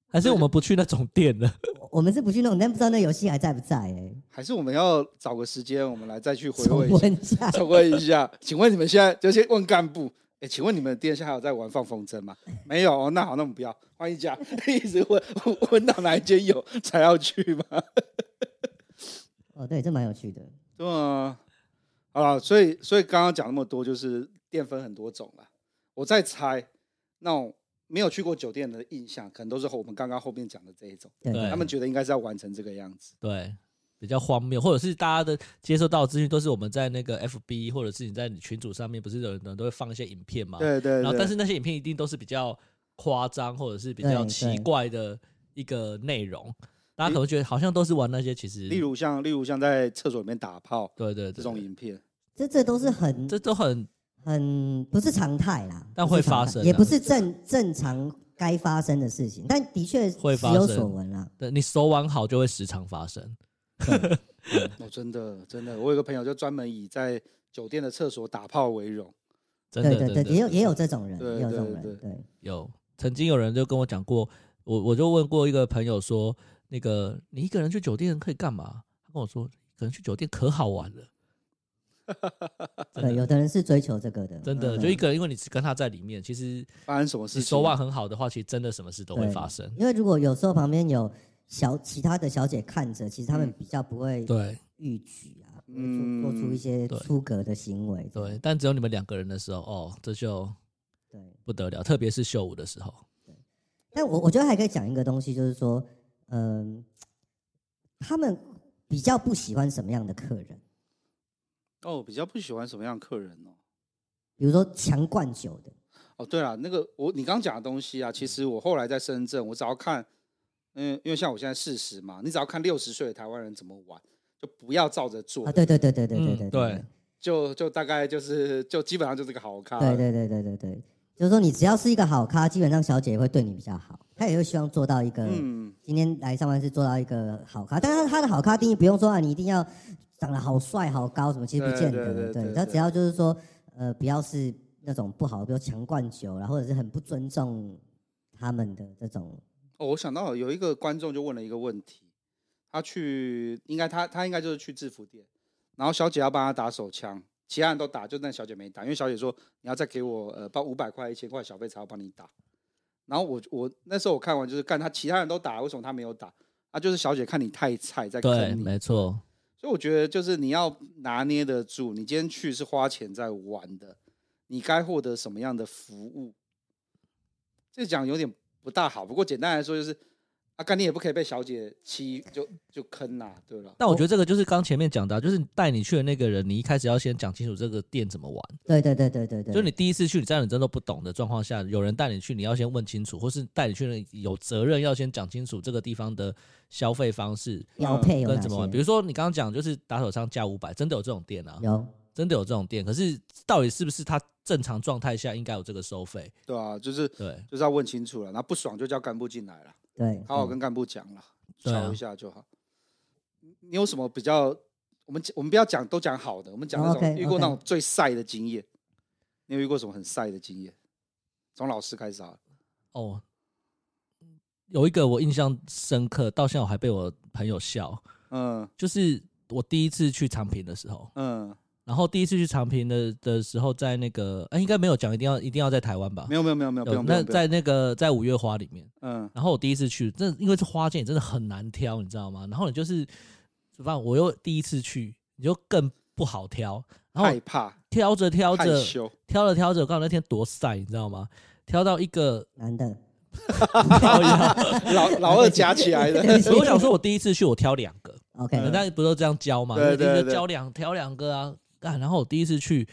Speaker 3: 还是我们不去那种店了？
Speaker 4: 我我们是不去弄，但不知道那游戏还在不在哎、
Speaker 1: 还是我们要找个时间，我们来再去回
Speaker 4: 重
Speaker 1: 味一下，
Speaker 4: 温 一下。
Speaker 1: 重温一下。请问你们现在就先问干部，哎、请问你们店现在还有在玩放风筝吗？没有哦，那好，那我们不要换一家， 一直问问到哪一间有才要去吗？
Speaker 4: 哦，对，这蛮有趣的。
Speaker 1: 对啊，啊，所以所以刚刚讲那么多，就是淀粉很多种啦。我在猜，那种没有去过酒店的印象，可能都是我们刚刚后面讲的这一种，
Speaker 4: 对，
Speaker 3: 对
Speaker 1: 他们觉得应该是要完成这个样子。
Speaker 3: 对，比较荒谬，或者是大家的接收到的资讯都是我们在那个 FB 或者是你在你群组上面，不是有人都会放一些影片嘛？。
Speaker 1: 对对
Speaker 3: 然后，啊但
Speaker 1: 对，
Speaker 3: 是那些影片一定都是比较夸张或者是比
Speaker 4: 对
Speaker 3: 较奇
Speaker 4: 对
Speaker 3: 怪的一个内容，大家
Speaker 1: 例
Speaker 3: 可能觉得好像都是玩那些，其实
Speaker 1: 例如像例如像在厕所里面打炮
Speaker 3: 对对对
Speaker 1: 这种
Speaker 3: 对
Speaker 1: 影片，
Speaker 4: 这这都是很
Speaker 3: 这都很
Speaker 4: 很不是常态啦，
Speaker 3: 但
Speaker 4: 不
Speaker 3: 会
Speaker 4: 是
Speaker 3: 发
Speaker 4: 常态
Speaker 3: 生啊
Speaker 4: 也不是正正常该发生的事情，但的确
Speaker 3: 会
Speaker 4: 时
Speaker 3: 发
Speaker 4: 有
Speaker 3: 生
Speaker 4: 所闻啦。
Speaker 3: 对你手玩好就会时常发生，
Speaker 1: 哦，真的真的，我有个朋友就专门以在酒店的厕所打炮为荣。
Speaker 3: 真的
Speaker 4: 对对
Speaker 3: 真的
Speaker 4: 对，也有
Speaker 3: 真的
Speaker 4: 也有这种人，
Speaker 1: 对
Speaker 4: 也有这种
Speaker 1: 对对
Speaker 4: 人，对，
Speaker 3: 有曾经有人就跟我讲过，我我就问过一个朋友说，那个你一个人去酒店可以干嘛？他跟我说，可能去酒店可好玩了。真
Speaker 4: 对，
Speaker 3: 的
Speaker 4: 有的人是追求这个的，
Speaker 3: 真的，
Speaker 4: 嗯
Speaker 3: 就一个人，因为你只跟他在里面，其实
Speaker 1: 发生什么事
Speaker 3: 你
Speaker 1: 情？
Speaker 3: 手腕很好的话，其实真的什么事都会发生。
Speaker 4: 因为如果有时候旁边有小其他的小姐看着，其实他们
Speaker 1: 嗯
Speaker 4: 比较不会
Speaker 3: 对
Speaker 4: 逾矩啊，不
Speaker 1: 嗯
Speaker 4: 会做做出一些
Speaker 3: 对
Speaker 4: 出格的行为。
Speaker 3: 对，但只有你们两个人的时候，哦，这就
Speaker 4: 对，
Speaker 3: 不得了，特别是秀舞的时候，
Speaker 4: 但我我觉得还可以讲一个东西，就是说，嗯、他们比较不喜欢什么样的客人，
Speaker 1: 哦，比较不喜欢什么样的客人哦。
Speaker 4: 比如说强灌酒的，
Speaker 1: 哦，对了，那个我你刚讲的东西啊，其
Speaker 4: 嗯
Speaker 1: 实我后来在深圳，我只要看，嗯，因为像我现在四十嘛，你只要看六十岁的台湾人怎么玩，就不要照着做，
Speaker 4: 啊，对对对对对对
Speaker 3: 嗯
Speaker 4: 对
Speaker 3: 对
Speaker 1: 就就大概就是就基本上就是个好咖了。
Speaker 4: 对对对对对对，就是说你只要是一个好咖，基本上小姐也会对你比较好，她也会希望做到一个，
Speaker 1: 嗯，
Speaker 4: 今天来上班是做到一个好咖，但是她的好咖定义不用说啊，你一定要长得好帅好高什么，其实不见
Speaker 1: 对对
Speaker 4: 得，
Speaker 1: 对对
Speaker 4: 对，
Speaker 1: 对
Speaker 4: 她只要就是说，呃，不要是那种不好，比如强灌酒啦，或者是很不尊重他们的这种，
Speaker 1: 哦，我想到有一个观众就问了一个问题，他去应该他他应该就是去制服店，然后小姐要帮他打手枪，其他人都打，就那小姐没打，因为小姐说你要再给我呃报五百块一千块小费才要帮你打。然后我我那时候我看完就是干他其他人都打，为什么他没有打？啊，就是小姐看你太菜在
Speaker 3: 对，
Speaker 1: 坑你，
Speaker 3: 没错，
Speaker 1: 所以我觉得就是你要拿捏得住，你今天去是花钱在玩的，你该获得什么样的服务？这讲有点不大好，不过简单来说就是，啊，干你也不可以被小姐欺就就坑啦、对哦了。
Speaker 3: 但我觉得这个就是刚前面讲的啊、就是带你去的那个人，你一开始要先讲清楚这个店怎么玩。
Speaker 4: 对对对对对对，
Speaker 3: 就你第一次去，你在你真的不懂的状况下，有人带你去，你要先问清楚，或是带你去那里有责任要先讲清楚这个地方的消费方式
Speaker 4: 标配有
Speaker 3: 跟
Speaker 4: 哪
Speaker 3: 呃怎么玩。比
Speaker 4: 些？
Speaker 3: 如说你刚刚讲就是打手枪加五百，真的有这种店啊，
Speaker 4: 有，
Speaker 3: 真的有这种店。可是到底是不是他正常状态下应该有这个收费？
Speaker 1: 对啊，就是
Speaker 3: 对
Speaker 1: 就是要问清楚了，然后不爽就叫干部进来了，
Speaker 4: 对，嗯
Speaker 1: 好好跟干部讲了，
Speaker 3: 嗯对啊
Speaker 1: 瞧一下就好。你你有什么比较？我们我们不要讲都讲好的，我们讲
Speaker 4: 哦
Speaker 1: 那种、
Speaker 4: ，OK，
Speaker 1: 遇过那
Speaker 4: OK
Speaker 1: 种最晒的经验。你有遇过什么很晒的经验？从老师开始好了。
Speaker 3: 哦，有一个我印象深刻，到现在我还被我朋友笑，
Speaker 1: 嗯
Speaker 3: 就是我第一次去长平的时候，
Speaker 1: 嗯。
Speaker 3: 然后第一次去长平的的时候，在那个哎、应该没有讲一定要一定要在台湾吧
Speaker 1: 没？有没有没有没有，不用不
Speaker 3: 那
Speaker 1: 用不用
Speaker 3: 在那个在五月花里面，
Speaker 1: 嗯
Speaker 3: 然后我第一次去，真的因为这花店真的很难挑，你知道吗？然后你就是，反正我又第一次去，你就更不好挑。然后
Speaker 1: 害怕
Speaker 3: 挑着挑
Speaker 1: 害
Speaker 3: 着，
Speaker 1: 羞，
Speaker 3: 挑着挑着，我告诉你那天多晒，你知道吗？挑到一 个，
Speaker 4: 男的，
Speaker 3: 靠腰
Speaker 1: 老老二夹起来的，
Speaker 3: 我想说，我第一次去我挑两 个，
Speaker 4: OK，
Speaker 3: 人家不都这样教嘛？
Speaker 1: 嗯对
Speaker 3: 一
Speaker 1: 对
Speaker 3: 个
Speaker 1: 对
Speaker 3: 教两挑两个啊，干。然后我第一次去，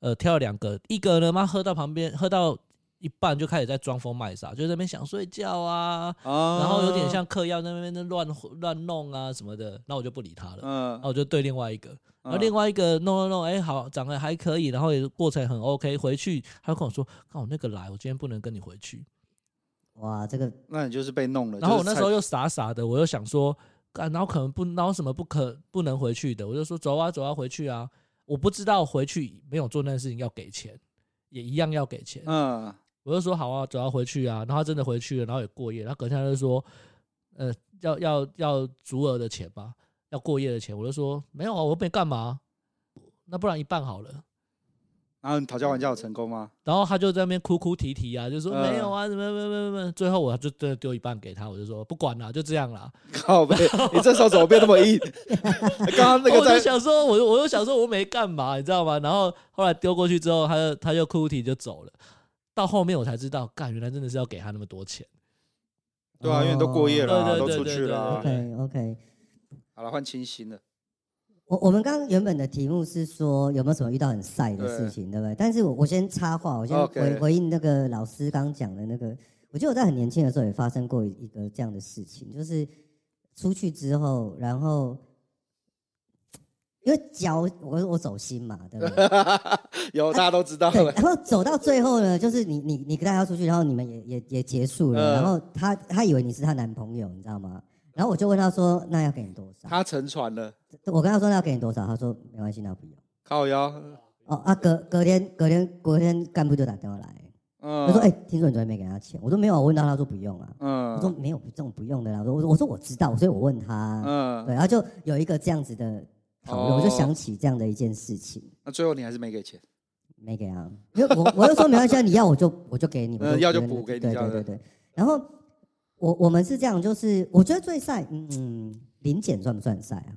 Speaker 3: 呃，挑了两个，一个呢，妈喝到旁边，喝到一半就开始在装疯卖傻，就在那边想睡觉啊，
Speaker 1: 然
Speaker 3: 然后有
Speaker 1: 嗯
Speaker 3: 点像嗑药那边的乱乱弄啊什么的，那我就不理他了，
Speaker 1: 嗯
Speaker 3: 那，我就对另外一个，
Speaker 1: 嗯
Speaker 3: 然后另外一个弄弄弄，哎，好，长得还可以，然后也过程很 OK，回去他就跟我说，看我那个来，我今天不能跟你回去，
Speaker 4: 哇，这个
Speaker 1: 那你就是被弄了。
Speaker 3: 然后我
Speaker 1: 哦就是
Speaker 3: 那时候
Speaker 1: 菜
Speaker 3: 又傻傻的，我又想说，干，然后可能不，然后什么不可不能回去的，我就说走啊走啊回去啊，我不知道回去没有做那件事情要给钱，也一样要给钱。
Speaker 1: 嗯
Speaker 3: 我就说好啊，走啊回去啊，然后他真的回去了，然后也过夜，然后隔天他就说，呃，要要要足额的钱吧，要过夜的钱，我就说没有啊，我又没干嘛，那不然一半好了。
Speaker 1: 然后你讨价还价有成功吗？
Speaker 3: 然后他就在那边哭哭啼啼啊，就说
Speaker 1: 嗯
Speaker 3: 没有啊，怎么怎么怎么怎么，最后我就真的丢一半给他，我就说不管了，就这样啦。
Speaker 1: 靠背，你这手怎么变那么硬？ 刚刚那个
Speaker 3: 哦我就
Speaker 1: 在
Speaker 3: 想说，我就我就想说我没干嘛，你知道吗？然后后来丢过去之后，他就他就哭哭啼啼就走了。到后面我才知道，干，原来真的是要给他那么多钱。
Speaker 1: 对啊，因为你都过夜了啊，
Speaker 3: 对对
Speaker 4: 哦
Speaker 1: 都
Speaker 3: 对
Speaker 1: 出去了啊。
Speaker 4: OK OK，
Speaker 1: 好了，换清新 了。
Speaker 4: 我我们刚刚原本的题目是说有没有什么遇到很晒的事情，对不对？但是我我先插话，我先
Speaker 1: OK
Speaker 4: 回回应那个老师刚讲的那个，我记得我在很年轻的时候也发生过一个这样的事情，就是出去之后，然后因为脚我我走心嘛，对不对？
Speaker 1: 有大家都知道
Speaker 4: 对，
Speaker 1: 了，
Speaker 4: 然后走到最后呢，就是你你你跟他要出去，然后你们也也也结束
Speaker 1: 嗯
Speaker 4: 了，然后他他以为你是他男朋友，你知道吗？然后我就问他说：“那要给你多 少
Speaker 1: 他沉船了，？”
Speaker 4: 我跟他说：“那要给你多少？”他说：“没关系，那不用。
Speaker 1: 靠腰。”
Speaker 4: 哦啊，隔隔天隔天隔天干部就打电话来，他
Speaker 1: 嗯
Speaker 4: 说：“哎、听说你昨天没给他钱。”我说：“没有啊，我问他，他说不用啊。”我说：“
Speaker 1: 嗯
Speaker 4: 没有，这种不用的啦。”我说：“我说我知道，所以我问他。对，
Speaker 1: 嗯，
Speaker 4: 然后就有一个这样子的讨论，我就
Speaker 1: 哦
Speaker 4: 想起这样的一件事情。
Speaker 1: 那最后你还是没给钱。
Speaker 4: 没给啊，因为我我就说没关系啊，你要我就我就给你，我
Speaker 1: 嗯要就
Speaker 4: 我
Speaker 1: 补给你这
Speaker 4: 对对
Speaker 1: 样
Speaker 4: 对
Speaker 1: 子
Speaker 4: 对。然后我我们是这样，就是我觉得最晒，嗯，零检算不算晒啊？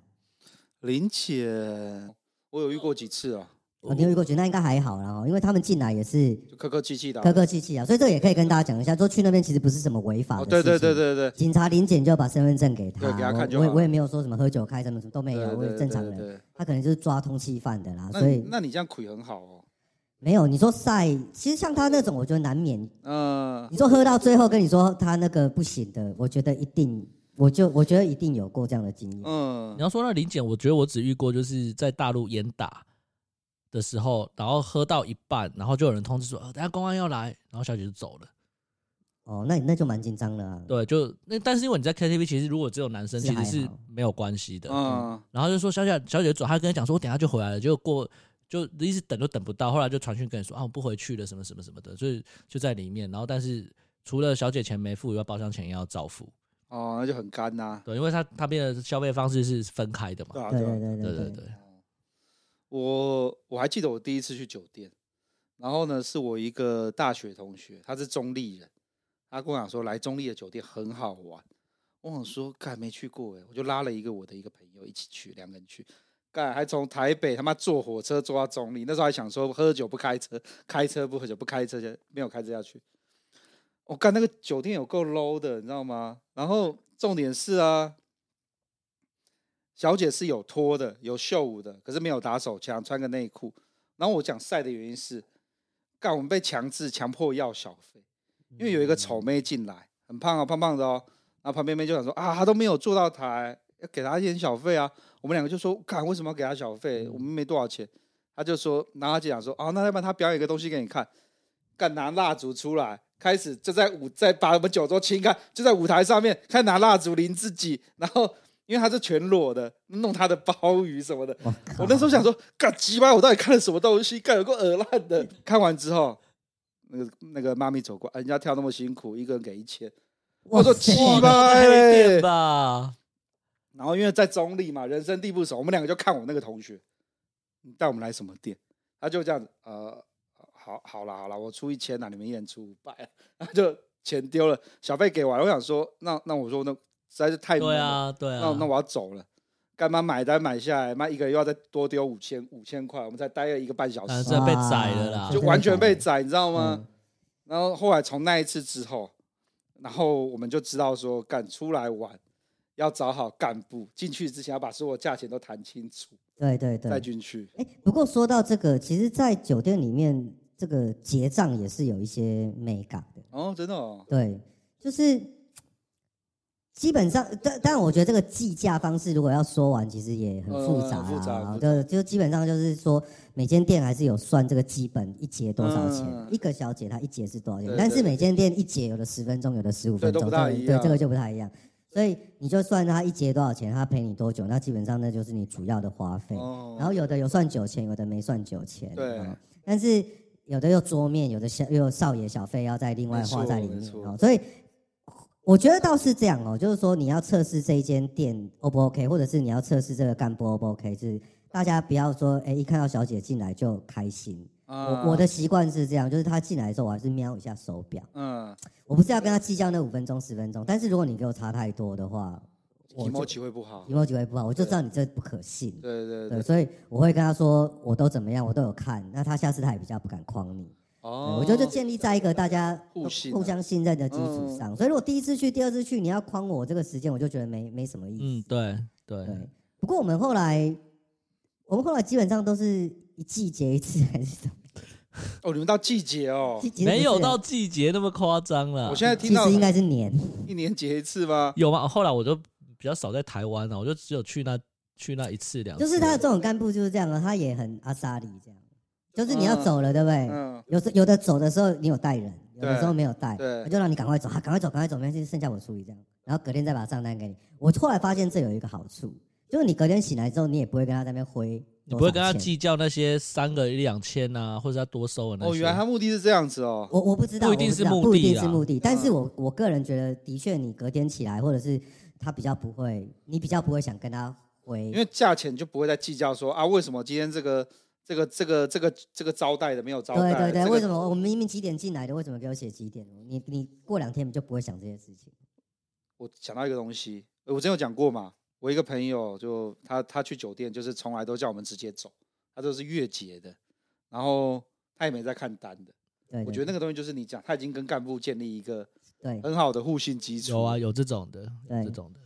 Speaker 1: 林姐，我有遇过几次啊，
Speaker 4: 哦，你有遇过去，那应该还好啦哦哈，因为他们进来也是
Speaker 1: 就客客气气的啊。
Speaker 4: 客客气气啊，所以这个也可以跟大家讲一下，说去那边其实不是什么违法的
Speaker 1: 哦，
Speaker 4: 事情。
Speaker 1: 对对对。对对，
Speaker 4: 警察临检就把身份证给他，哦
Speaker 1: 对给他看就
Speaker 4: 我我也
Speaker 1: 好
Speaker 4: 我也没有说什么喝酒开什么什么都没有，
Speaker 1: 对
Speaker 4: 我也
Speaker 1: 对
Speaker 4: 正常
Speaker 1: 对
Speaker 4: 人，
Speaker 1: 对
Speaker 4: 他可能就是抓通缉犯的啦，
Speaker 1: 那
Speaker 4: 所以
Speaker 1: 那你这样亏很好哦。
Speaker 4: 没有你说晒，其实像他那种，我觉得难免
Speaker 1: 嗯，
Speaker 4: 你说喝到最后跟你说他那个不行的，我觉得一定，我就我觉得一定有过这样的经验。
Speaker 1: 嗯
Speaker 3: 你，要说那林检，我觉得我只遇过就是在大陆严打的时候，然后喝到一半，然后就有人通知说，呃、等下公安要来，然后小姐就走了。
Speaker 4: 哦，那你那就蛮紧张了啊。
Speaker 3: 对，就那但是因为你在 KTV，其实如果只有男生，
Speaker 4: 是
Speaker 3: 其
Speaker 4: 还
Speaker 3: 实是
Speaker 4: 好
Speaker 3: 没有关系的。
Speaker 1: 嗯，
Speaker 3: 然后就说小姐小姐走，她跟他讲说，我等一下就回来了，结果过就一直等都等不到，后来就传讯跟你说啊，我不回去了，什么什么什么的，所以就在里面。然后但是除了小姐钱没付以外，包厢钱也要照付，
Speaker 1: 哦，那就很干呐。
Speaker 3: 对，因为他他边的消费方式是分开的嘛
Speaker 1: 对，啊，
Speaker 4: 对
Speaker 1: 对啊
Speaker 4: 对，
Speaker 3: 对
Speaker 4: 对
Speaker 3: 对
Speaker 4: 对对
Speaker 3: 对，
Speaker 1: 我我还记得我第一次去酒店，然后呢，是我一个大学同学，他是中立人，他跟我讲说来中立的酒店很好玩。我想说，干没去过哎，我就拉了一个我的一个朋友一起去，两个人去，干还从台北他妈坐火车坐到中立，那时候还想说喝酒不开车，开车不喝酒不开车，没有开车下去。我、干那个酒店有够 low 的，你知道吗？然后重点是啊，小姐是有脱的，有秀舞的，可是没有打手枪，穿个内裤。然后我讲晒的原因是，干我们被强制强迫要小费，因为有一个丑妹进来，很胖啊，胖胖的哦。然后旁边妹就想说啊，她都没有坐到台，要给她一点小费啊。我们两个就说，干为什么要给她小费？我们没多少钱。她就说，然后她就讲说，啊，那要不然她表演一个东西给你看，干拿蜡烛出来。开始就在舞，在把我们酒桌清开，就在舞台上面开始拿蜡烛淋自己，然后因为他是全裸的，弄他的鲍鱼什么的。
Speaker 4: 我靠
Speaker 1: 我那时候想说，干鸡巴，我到底看了什么东西？干有个耳烂的。看完之后，那个那个妈咪走过，啊人家跳那么辛苦，一个人给一千，我说鸡巴
Speaker 3: 开
Speaker 1: 嘞
Speaker 3: 店。吧。
Speaker 1: 然后因为在中立嘛，人生地不熟，我们两个就看我那个同学，你带我们来什么店？他就这样子，呃，好，好啦，好啦，我出一千啦，啊你们一人出五 百，然后就钱丢了，小费给完了。我想说，那那我说那实在是太闷
Speaker 3: 对
Speaker 1: 了。
Speaker 3: 啊，对啊，
Speaker 1: 那那我要走了。干妈买单买下来，妈一个人又要再多丢五千五千块，我们才待了一个半小
Speaker 3: 啊
Speaker 4: 呃
Speaker 1: 时，
Speaker 3: 这被宰了啦
Speaker 4: 哇
Speaker 1: 就完全被
Speaker 4: 啊
Speaker 1: 啊
Speaker 4: 宰
Speaker 1: 宰，你知道吗？
Speaker 4: 嗯
Speaker 1: 然后后来从那一次之后，然后我们就知道说，干出来玩要找好干部，进去之前要把所有价钱都谈清楚，
Speaker 4: 对对
Speaker 1: 再
Speaker 4: 对。
Speaker 1: 进去。
Speaker 4: 哎，不过说到这个，其实，在酒店里面，这个结账也是有一些美感的。
Speaker 1: 哦，真的哦，
Speaker 4: 对，就是基本上，但但我觉得这个计价方式，如果要说完，其实也很复杂
Speaker 1: 呃很复杂
Speaker 4: 啊。
Speaker 1: 很复
Speaker 4: 对，就基本上就是说，每间店还是有算这个基本一节多少钱，
Speaker 1: 嗯
Speaker 4: 一个小姐她一节是多少钱
Speaker 1: 对，
Speaker 4: 但是
Speaker 1: 对
Speaker 4: 每间店一节有的十分钟，有的十五
Speaker 1: 对
Speaker 4: 分
Speaker 1: 都
Speaker 4: 钟，
Speaker 1: 不
Speaker 4: 这
Speaker 1: 大
Speaker 4: 个
Speaker 1: 一
Speaker 4: 对
Speaker 1: 样
Speaker 4: 这个就不太一样。所以你就算她一节多少钱，她陪你多久，那基本上那就是你主要的花费。
Speaker 1: 哦，
Speaker 4: 然后有的有算酒钱，有的没算酒钱。
Speaker 1: 对
Speaker 4: 哦但是有的又桌面，有的小又有少爷小费要再另外
Speaker 1: 没错
Speaker 4: 花在里
Speaker 1: 没
Speaker 4: 面
Speaker 1: 错
Speaker 4: 哦，所以我觉得倒是这样哦，就是说你要测试这一间店 O 不 OK，或者是你要测试这个干部 O 不 OK，是大家不要说哎一看到小姐进来就开心。
Speaker 1: 啊
Speaker 4: 我我的习惯是这样，就是她进来的时候我还是瞄一下手表，
Speaker 1: 嗯，
Speaker 4: 我不是要跟她计较那五分钟十分钟，但是如果你给我差太多的话，我
Speaker 1: 提
Speaker 4: 就
Speaker 1: 莫奇会不好
Speaker 4: 有。没有机会不好，我就知道你这不可信。
Speaker 1: 对对
Speaker 4: 对，
Speaker 1: 对，
Speaker 4: 所以我会跟他说，我都怎么样，我都有看。那他下次他也比较不敢诓你。对
Speaker 1: 哦，
Speaker 4: 我觉得就建立在一个大家
Speaker 1: 互
Speaker 4: 都
Speaker 1: 信
Speaker 4: 互
Speaker 1: 啊嗯
Speaker 4: 相信任的基础上。所以如果第一次去、第二次去，你要诓我这个时间，我就觉得没没什么意思。
Speaker 3: 嗯，对对
Speaker 4: 对。不过我们后来，我们后来基本上都是一季结一次，还是什么？
Speaker 1: 哦，你们到季节哦
Speaker 4: 其，其实不
Speaker 3: 没有
Speaker 4: 是
Speaker 3: 到季节那么夸张了
Speaker 1: 我。现在听
Speaker 4: 嗯其
Speaker 1: 到哦
Speaker 4: 实应该是年。
Speaker 1: 一年结一次吗？
Speaker 3: 有吗？后来我就比较少在台湾啊了，我就只有去那去那一次两次。
Speaker 4: 就是他的这种干部就是这样啊，他也很阿萨里这样，就是你要
Speaker 1: 嗯
Speaker 4: 走了，对不对？
Speaker 1: 嗯，
Speaker 4: 有时有的走的时候你有带人，有的
Speaker 1: 对
Speaker 4: 时候没有带，
Speaker 1: 对
Speaker 4: 我就让你赶快走，啊，赶快走，赶快走，没关系，剩下我处理这样。然后隔天再把账单给你。我后来发现这有一个好处，就是你隔天醒来之后，你也不会跟他在那边挥，
Speaker 3: 你不会跟他。计较那些三个一两千啊，或者他多收的那些。
Speaker 1: 哦，原来他目的是这样子哦，
Speaker 4: 我我不知道，
Speaker 3: 不一定是
Speaker 4: 我
Speaker 3: 目
Speaker 4: 不知道不一
Speaker 3: 的啊嗯
Speaker 4: 定是
Speaker 3: 啦
Speaker 4: 目的，但是我我个人觉得，的确你隔天起来，或者是他比较不会，你比较不会想跟他挥
Speaker 1: 因，为价钱就不会再计较说啊，为什么今天这个这个这个这个这个招待的没有招待？
Speaker 4: 对对对，
Speaker 1: 这个
Speaker 4: 为什么我们明明几点进来的，为什么给我写几点？你你过两天你就不会想这些事情。
Speaker 1: 我想到一个东西，呃我之前有讲过嘛，我一个朋友就他他去酒店就是从来都叫我们直接走，他都是月结的，然后他也没在看单的。
Speaker 4: 对，
Speaker 1: 我觉得那个东西就是你讲，他已经跟干部建立一个
Speaker 4: 那个对
Speaker 1: 很好的互信基础。
Speaker 3: 有啊，，有这种的，有
Speaker 4: 对
Speaker 3: 这种的。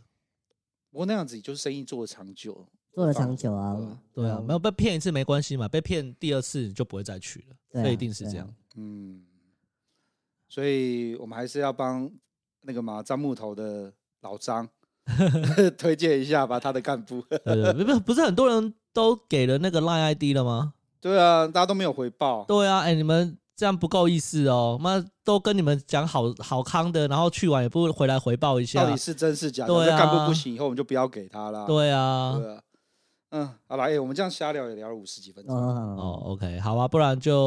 Speaker 1: 不过那样子就是生意做的长久。
Speaker 4: 做了长久啊
Speaker 1: 对啊，
Speaker 3: 对啊，没有被骗一次没关系嘛，被骗第二次你就不会再去了，
Speaker 4: 对啊
Speaker 3: 这一定是这样。
Speaker 1: 嗯，所以我们还是要帮那个嘛张木头的老 张推荐一下吧，他的干部。
Speaker 3: 对对，对不是不是很多人都给了那个 Line ID 了吗？
Speaker 1: 对啊，大家都没有回报。
Speaker 3: 对啊，哎、你们这样不够意思哦，妈都跟你们讲好好康的，然后去完也不回来回报一
Speaker 1: 到
Speaker 3: 下
Speaker 1: 底。是真是假？
Speaker 3: 对啊
Speaker 1: 这干部不行，以后我们就不要给他啦。
Speaker 3: 对啊，
Speaker 1: 对啊，嗯，好了，哎、我们这样瞎聊也聊了五十几分钟，
Speaker 4: 哦
Speaker 3: 哦，OK，好啊，不然就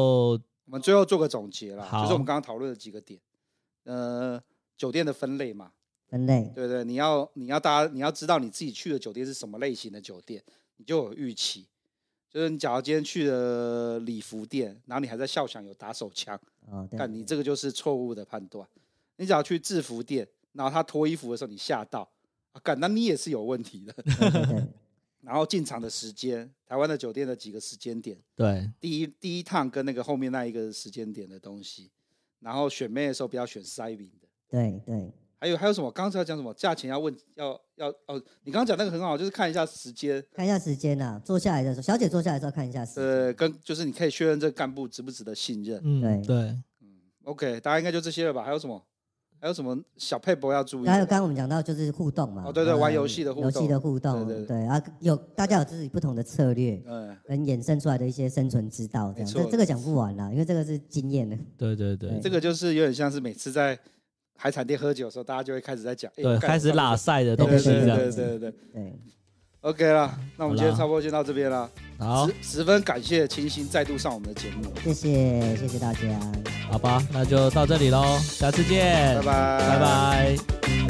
Speaker 1: 我们最后做个总结啦，
Speaker 3: 好
Speaker 1: 就是我们刚刚讨论的几个点，呃，酒店的分类嘛，
Speaker 4: 分类，
Speaker 1: 对不对，你要你要大家你要知道你自己去的酒店是什么类型的酒店，你就有预期。就是你假如今天去了礼服店，然后你还在笑想有打手枪，
Speaker 4: 哦，对，
Speaker 1: 但你这个就是错误的判断。你只要去制服店，然后他脱衣服的时候你吓到，啊，干，那你也是有问题的。
Speaker 4: 对对对，
Speaker 1: 然后进场的时间，台湾的酒店的几个时间点，
Speaker 3: 对
Speaker 1: 第一第一趟跟那个后面那一个时间点的东西，然后选妹的时候不要选塞饼的。
Speaker 4: 对对
Speaker 1: 还有还有什么？刚才要讲什么？价钱要问，要要哦。你刚刚讲那个很好，就是看一下时间，
Speaker 4: 看一下时间呐，坐下来的时候，小姐坐下来的时候看一下时
Speaker 1: 呃，
Speaker 4: 间。
Speaker 1: 跟就是你可以确认这个干部值不值得信任。
Speaker 3: 嗯
Speaker 4: 对
Speaker 3: 对，
Speaker 1: OK，大家应该就这些了吧？还有什么？还有什么小配博要注意的？
Speaker 4: 还有刚刚我们讲到就是互动嘛，
Speaker 1: 哦对对
Speaker 4: 嗯
Speaker 1: 玩游戏的互动
Speaker 4: 游戏的互动，
Speaker 1: 对对
Speaker 4: 对啊，有大家有自己不同的策略，
Speaker 1: 嗯，
Speaker 4: 跟衍生出来的一些生存之道，这
Speaker 1: 没
Speaker 4: 样
Speaker 1: 错
Speaker 4: 这这个讲不完啦，因为这个是经验的，
Speaker 3: 对对对
Speaker 4: 对
Speaker 1: 这个就是有点像是每次在海产店喝酒的时候，大家就会开始在讲，哎
Speaker 3: 对，
Speaker 1: 干
Speaker 3: 开始
Speaker 1: 我上
Speaker 3: 拉
Speaker 1: 次
Speaker 3: 塞的
Speaker 1: 对
Speaker 3: 东西
Speaker 1: 对
Speaker 3: 这
Speaker 1: 对
Speaker 3: 样
Speaker 1: 对
Speaker 3: 子。
Speaker 1: 对对。
Speaker 4: 对，
Speaker 1: OK 啦，那我们今天
Speaker 3: 好啦
Speaker 1: 差不多就到这边啦。
Speaker 3: 好，
Speaker 1: 十十分感谢清新再度上我们的节目，
Speaker 4: 谢谢谢谢大家。
Speaker 3: 好吧，那就到这里喽，下次见，
Speaker 1: 拜拜，
Speaker 3: 拜拜。